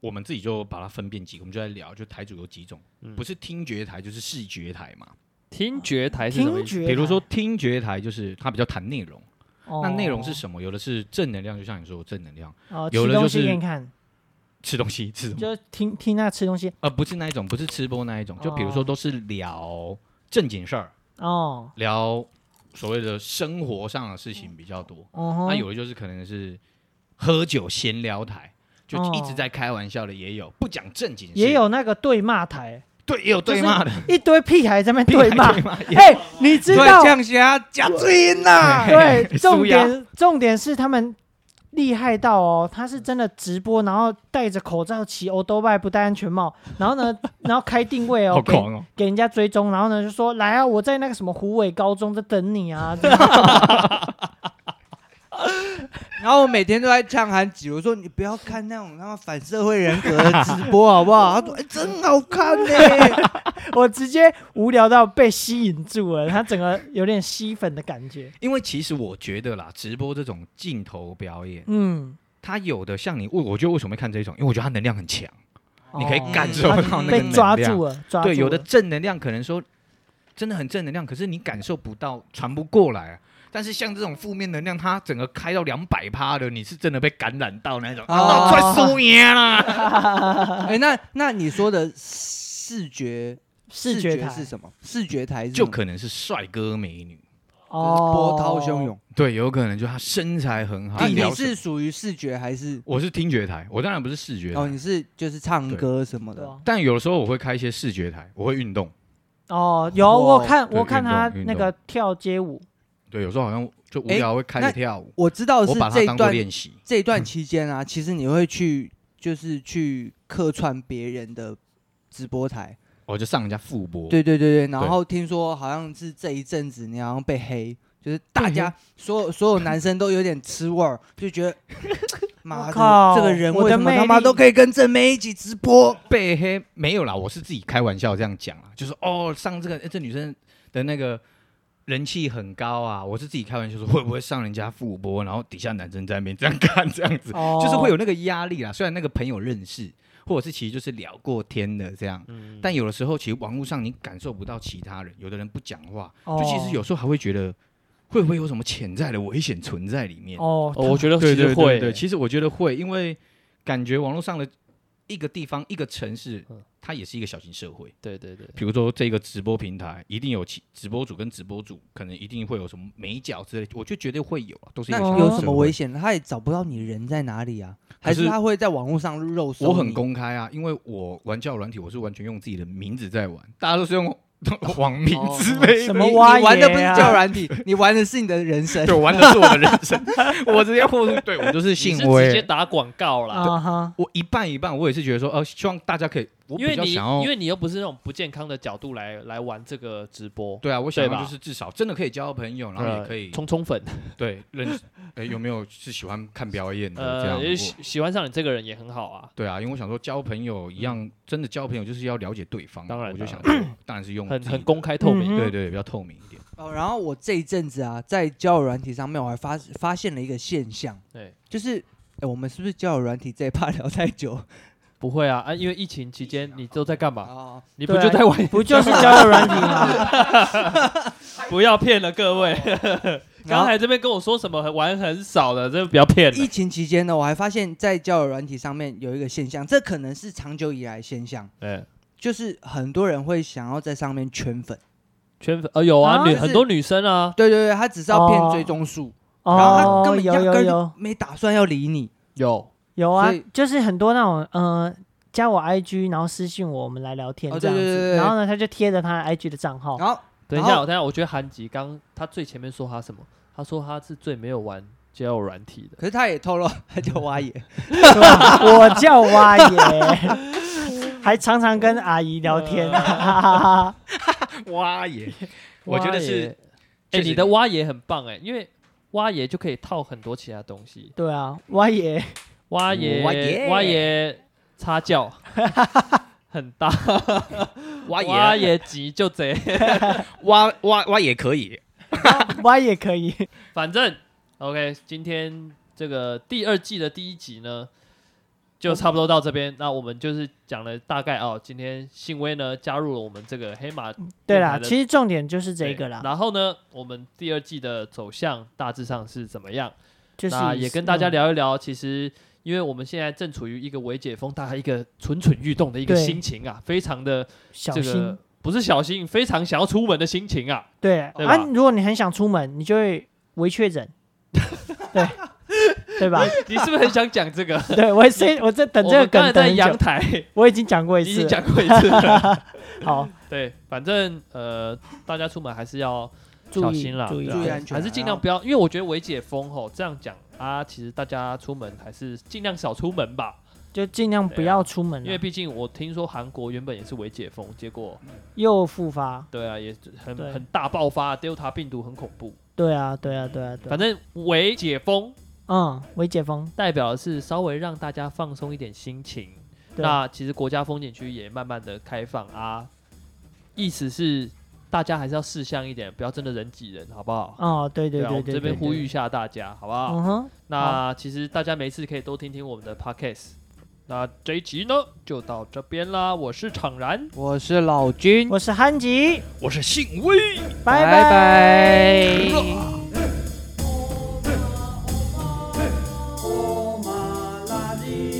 Speaker 4: 我们自己就把它分辨几个，我们就在聊，就台主有几种，
Speaker 3: 嗯
Speaker 4: 不是听觉台就是视觉台嘛。
Speaker 3: 听觉台是什么
Speaker 1: 听
Speaker 3: 意思？
Speaker 1: 觉，
Speaker 4: 比如说，听觉台就是它比较谈内容，
Speaker 1: 哦
Speaker 4: 那内容是什么？有的是正能量，就像你说的正能量，
Speaker 1: 哦，
Speaker 4: 有
Speaker 1: 吃
Speaker 4: 的就
Speaker 1: 东西
Speaker 4: 是
Speaker 1: 给你看，
Speaker 4: 吃东西吃东西，
Speaker 1: 就听听他吃东西
Speaker 4: 呃，不是那一种，不是吃播那一种，就比如
Speaker 1: 哦
Speaker 4: 说都是聊正经事儿，
Speaker 1: 哦，
Speaker 4: 聊所谓的生活上的事情比较多。
Speaker 1: 哦吼
Speaker 4: 那啊有的就是可能是喝酒闲聊台，就
Speaker 1: 哦
Speaker 4: 一直在开玩笑的也有，不讲正经事
Speaker 1: 也有那个对骂台，
Speaker 4: 对也有对骂的，
Speaker 1: 一堆屁孩 在那边对骂
Speaker 4: 对。骂也
Speaker 1: 哎，你知道？
Speaker 6: 酱虾加最硬呐。
Speaker 1: 对，重
Speaker 4: 苏雅
Speaker 1: 点重点是他们厉害到哦，他是真的直播，然后戴着口罩骑欧都拜不戴安全帽，然后呢， 然后开定位哦
Speaker 4: 好，
Speaker 1: 给
Speaker 4: 狂哦！
Speaker 1: 给人家追踪，然后呢就说来啊，我在那个什么虎尾高中在等你啊， 这样
Speaker 6: 然后我每天都在呛韩吉，我说你不要看那种他妈反社会人格的直播好不好？他 说、哎真好看呢、
Speaker 1: 我直接无聊到被吸引住了，他整个有点吸粉的感觉，
Speaker 4: 因为其实我觉得啦，直播这种镜头表演，
Speaker 1: 嗯，
Speaker 4: 它有的像你，我我觉得为什么会看这一种，因为我觉得它能量很强，你可以
Speaker 1: 哦
Speaker 4: 感受到那个
Speaker 1: 被
Speaker 4: 能
Speaker 1: 抓
Speaker 4: 量
Speaker 1: 住。了，抓住
Speaker 4: 对，
Speaker 1: 了
Speaker 4: 有的正能量可能说真的很正能量，可是你感受不到，传不过来啊。但是像这种负面能量，它整个开到两百趴的，你是真的被感染到那种，
Speaker 6: 哦
Speaker 4: 啊，快输赢啊 啦！
Speaker 6: 哎、那那你说的视觉
Speaker 1: 视觉
Speaker 6: 觉
Speaker 1: 台
Speaker 6: 是什么？视觉台是什
Speaker 4: 就
Speaker 6: 么
Speaker 4: 可能是帅哥美女，
Speaker 6: 就是波涛汹
Speaker 1: 哦
Speaker 6: 涌。啊
Speaker 4: 对，有可能就他身材很好。
Speaker 6: 你
Speaker 4: 聊
Speaker 6: 你
Speaker 4: 什么
Speaker 6: 是属于视觉还是？
Speaker 4: 我是听觉台，我当然不是视觉台，
Speaker 6: 哦，你是就是唱歌什么
Speaker 1: 对啊
Speaker 6: 的，
Speaker 4: 但有的时候我会开一些视觉台，我会运动。
Speaker 1: 哦，有
Speaker 6: 哇
Speaker 1: 我看
Speaker 4: 对
Speaker 1: 我看
Speaker 4: 运动
Speaker 1: 他
Speaker 4: 运
Speaker 1: 那
Speaker 4: 动
Speaker 1: 个跳街舞，
Speaker 4: 对，有时候好像就无
Speaker 6: 哎
Speaker 4: 聊会开
Speaker 6: 那
Speaker 4: 始跳舞，
Speaker 6: 我知道是
Speaker 4: 我把它
Speaker 6: 这
Speaker 4: 当
Speaker 6: 一
Speaker 4: 做
Speaker 6: 段
Speaker 4: 练习。
Speaker 6: 这一段期间啊，其实你会去就是去客串别人的直播台，
Speaker 4: 哦我就上人家副播，
Speaker 6: 对对对对，
Speaker 4: 对
Speaker 6: 然后听说好像是这一阵子你好像被黑， 就是大家所有所有男生都有点吃味儿，就 觉得妈
Speaker 1: 我
Speaker 6: 的
Speaker 1: 靠
Speaker 6: 这个人
Speaker 1: 我的
Speaker 6: 为什么
Speaker 1: 魅
Speaker 6: 他妈
Speaker 1: 力
Speaker 6: 都可以跟正妹一起直播？
Speaker 4: 被黑没有啦，我是自己开玩笑这样讲啦，就是哦，上这个、诶这女生的那个人气很高啊，我是自己开玩笑说会不会上人家副播，然后底下男生在那边这样看这样子，
Speaker 1: 哦，
Speaker 4: 就是会有那个压力啦。虽然那个朋友认识，或者是其实就是聊过天的这样，
Speaker 3: 嗯，
Speaker 4: 但有的时候其实网络上你感受不到其他人，有的人不讲话，
Speaker 1: 哦，
Speaker 4: 就其实有时候还会觉得会不会有什么潜在的危险存在里面。
Speaker 1: 哦，
Speaker 3: 哦我觉得
Speaker 4: 对
Speaker 3: 其
Speaker 4: 对
Speaker 3: 实
Speaker 4: 对
Speaker 3: 会
Speaker 4: 对，对，其实我觉得会，因为感觉网络上的一个地方、一个城市
Speaker 3: 嗯，
Speaker 4: 它也是一个小型社会。
Speaker 3: 对对对，
Speaker 4: 比如说这个直播平台，一定有其直播主跟直播主，可能一定会有什么美角之类的，我觉得绝对会有啊，都是一
Speaker 6: 那
Speaker 4: 个
Speaker 1: 哦
Speaker 4: 小
Speaker 6: 有
Speaker 4: 型
Speaker 6: 什
Speaker 4: 社
Speaker 6: 么
Speaker 4: 会
Speaker 6: 危？险？他也找不到你人在哪里啊？还
Speaker 4: 可
Speaker 6: 是
Speaker 4: 是
Speaker 6: 他会在网络上肉搜？
Speaker 3: 哦
Speaker 4: 我很，公开啊，因为我玩教软体，我是完全用自己的名字在玩，大家都是用网名
Speaker 6: 哦
Speaker 4: 之类
Speaker 1: 什
Speaker 4: 的。
Speaker 1: 么
Speaker 6: 你
Speaker 1: 挖
Speaker 6: 你玩的
Speaker 1: 野
Speaker 6: 不是
Speaker 1: 啊
Speaker 6: 叫软体，你玩的是你的人 生
Speaker 4: 对，。我玩的是我的人 生，我直接豁出，对我就是
Speaker 3: 你
Speaker 4: 信
Speaker 3: 是直接
Speaker 4: 威。
Speaker 3: 打广告啦。
Speaker 1: 啊哈，
Speaker 4: 我一半一半，我也是觉得说，呃，希望大家可以，我
Speaker 3: 因为
Speaker 4: 比较
Speaker 3: 你
Speaker 4: 想要
Speaker 3: 因，为你又不是那种不健康的角度来来玩这个直播，
Speaker 4: 对啊，我想
Speaker 3: 对吧呃
Speaker 4: 要就是至少真的可以交到朋啊友，然后也可以
Speaker 3: 冲冲粉，
Speaker 4: 对认识，哎，有没有是喜欢看表演的这
Speaker 3: 呃，
Speaker 4: 样
Speaker 3: 也
Speaker 4: 我？
Speaker 3: 喜喜欢上你这个人也很好啊，
Speaker 4: 对啊，因为我想说交朋友一样，真的交朋友就是要了解对方嘛，
Speaker 3: 嗯当然
Speaker 4: 我就
Speaker 3: 当
Speaker 4: 想说，当然是用
Speaker 3: 很
Speaker 4: 自己
Speaker 3: 很
Speaker 4: 的
Speaker 3: 公，开嗯透明。
Speaker 4: 对对，比较透明一点。
Speaker 6: 哦，然后我这一阵子啊，在交友软体上面，我还发发现了一个现象，
Speaker 3: 对，
Speaker 6: 就是，哎，我们是不是交友软体这一趴聊太久？
Speaker 3: 不会啊啊，因为疫情期间你都在干嘛？
Speaker 6: 哦，
Speaker 3: 你不
Speaker 1: 对啊
Speaker 3: 就在玩？
Speaker 1: 不就是交友软体吗？
Speaker 3: 不要骗了各位，
Speaker 6: 然
Speaker 3: 刚
Speaker 6: 后
Speaker 3: 才这边跟我说什么很玩很少的，这不要骗
Speaker 6: 疫
Speaker 3: 了。
Speaker 6: 情期间呢，我还发现，在交友软体上面有一个现象，这可能是长久以来现象，
Speaker 3: 嗯，
Speaker 6: 就是很多人会想要在上面圈粉。
Speaker 1: 哦
Speaker 3: 圈粉呃有啊，
Speaker 1: 啊
Speaker 3: 女
Speaker 6: 就是
Speaker 3: 很多女生啊，
Speaker 6: 对对对，他只是要骗
Speaker 1: 哦
Speaker 6: 追踪数， 然后
Speaker 1: 哦，
Speaker 6: 他根本
Speaker 1: 有
Speaker 6: 压根
Speaker 1: 有
Speaker 6: 儿
Speaker 1: 有
Speaker 6: 就没打算要理你。
Speaker 3: 有
Speaker 1: 有啊
Speaker 6: 所以，
Speaker 1: 就是很多那种呃，加我 IG，然后私信我，我们来聊天
Speaker 6: 哦
Speaker 1: 这样
Speaker 6: 对对对对
Speaker 1: 子。然后呢，他就贴着他的 IG 的账 号，
Speaker 6: 然后
Speaker 3: 等一
Speaker 6: 然
Speaker 3: 下，
Speaker 6: 后
Speaker 3: 等一下，我觉得韩吉刚他最前面说他什么？他说他是最没有玩交友软体的。
Speaker 6: 可是他也透露，他叫挖野，
Speaker 1: 对吧我叫蛙 爷，还常常跟阿姨聊天，哈哈哈哈
Speaker 4: 哇耶，我觉得
Speaker 3: 蛙
Speaker 4: 是
Speaker 3: 爷，哎，
Speaker 4: 确实
Speaker 3: 你的挖爷很棒哎，因为挖爷就可以套很多其他东西，
Speaker 1: 对啊，蛙爷，
Speaker 3: 挖
Speaker 6: 挖
Speaker 3: 爷
Speaker 6: 爷
Speaker 3: 挖爷 插脚很大，
Speaker 4: 挖野
Speaker 3: 挖爷急就贼，
Speaker 4: 挖挖挖也可以，
Speaker 1: 蛙也可以。
Speaker 3: 反正 OK，今天这个第二季的第一集呢，就差不多到这边。那我们就是讲了大概哦，今天信威呢加入了我们这个黑马
Speaker 1: 对
Speaker 3: 电台
Speaker 1: 啦，
Speaker 3: 的
Speaker 1: 其实重点就是这
Speaker 3: 对
Speaker 1: 个啦，
Speaker 3: 然后呢，我们第二季的走向大致上是怎么样？
Speaker 1: 就是
Speaker 3: 那
Speaker 1: 以
Speaker 3: 也跟大家
Speaker 1: 嗯
Speaker 3: 聊一聊，其实。因为我们现在正处于一个未解封，大家一个蠢蠢欲动的一个
Speaker 1: 对
Speaker 3: 心情啊，非常的
Speaker 1: 小
Speaker 3: 这个
Speaker 1: 心。
Speaker 3: 不是小心，非常想要出门的心情啊。
Speaker 1: 对
Speaker 3: 对
Speaker 1: 啊
Speaker 3: 吧，
Speaker 1: 如果你很想出门，你就会微确 诊，对对吧？
Speaker 3: 你是不是很想讲这个？
Speaker 1: 对我先我在等这
Speaker 3: 我
Speaker 1: 个
Speaker 3: 们刚才
Speaker 1: 梗等
Speaker 3: 在
Speaker 1: 很
Speaker 3: 阳
Speaker 1: 久，
Speaker 3: 台
Speaker 1: 我已经讲过一
Speaker 3: 已经
Speaker 1: 次了，
Speaker 3: 讲过一次了。
Speaker 1: 好，
Speaker 3: 对，反正呃，大家出门还是要 小
Speaker 1: 注意
Speaker 3: 心啦，
Speaker 1: 注意
Speaker 3: 对
Speaker 6: 注意
Speaker 3: 啊
Speaker 6: 安全
Speaker 3: 还是尽量不要，因为我觉得微解封吼，这样讲啊，其实大家出门还是尽量少出门吧，
Speaker 1: 就尽量不
Speaker 3: 对啊
Speaker 1: 要出门
Speaker 3: 因为
Speaker 1: 了，
Speaker 3: 毕竟我听说韩国原本也是微解封，结果
Speaker 1: 又复发。
Speaker 3: 对啊，也很
Speaker 1: 对
Speaker 3: 很大爆发，Delta 病毒很恐怖。
Speaker 1: 对啊，对啊，对啊，对啊
Speaker 3: 反正微解封
Speaker 1: 嗯，微解封，
Speaker 3: 代表的是稍微让大家放松一点心情。
Speaker 1: 对
Speaker 3: 那其实国家风景区也慢慢的开放啊，意思是大家还是要适相一点，不要真的人挤人，好不好？
Speaker 1: 哦，对对
Speaker 3: 啊，我
Speaker 1: 对
Speaker 3: 们
Speaker 1: 对，
Speaker 3: 这边
Speaker 1: 对
Speaker 3: 呼吁一，啊下大家，好
Speaker 1: 对
Speaker 3: 不好？
Speaker 1: 嗯哼，
Speaker 3: 那其实大家没事可以多听听我们的 podcast。那这一集呢，就到这边啦。我是常然，
Speaker 6: 我是老君，
Speaker 1: 我是憨吉，
Speaker 4: 我是信威。
Speaker 1: 拜
Speaker 6: 拜拜
Speaker 1: 哎
Speaker 7: おまらじ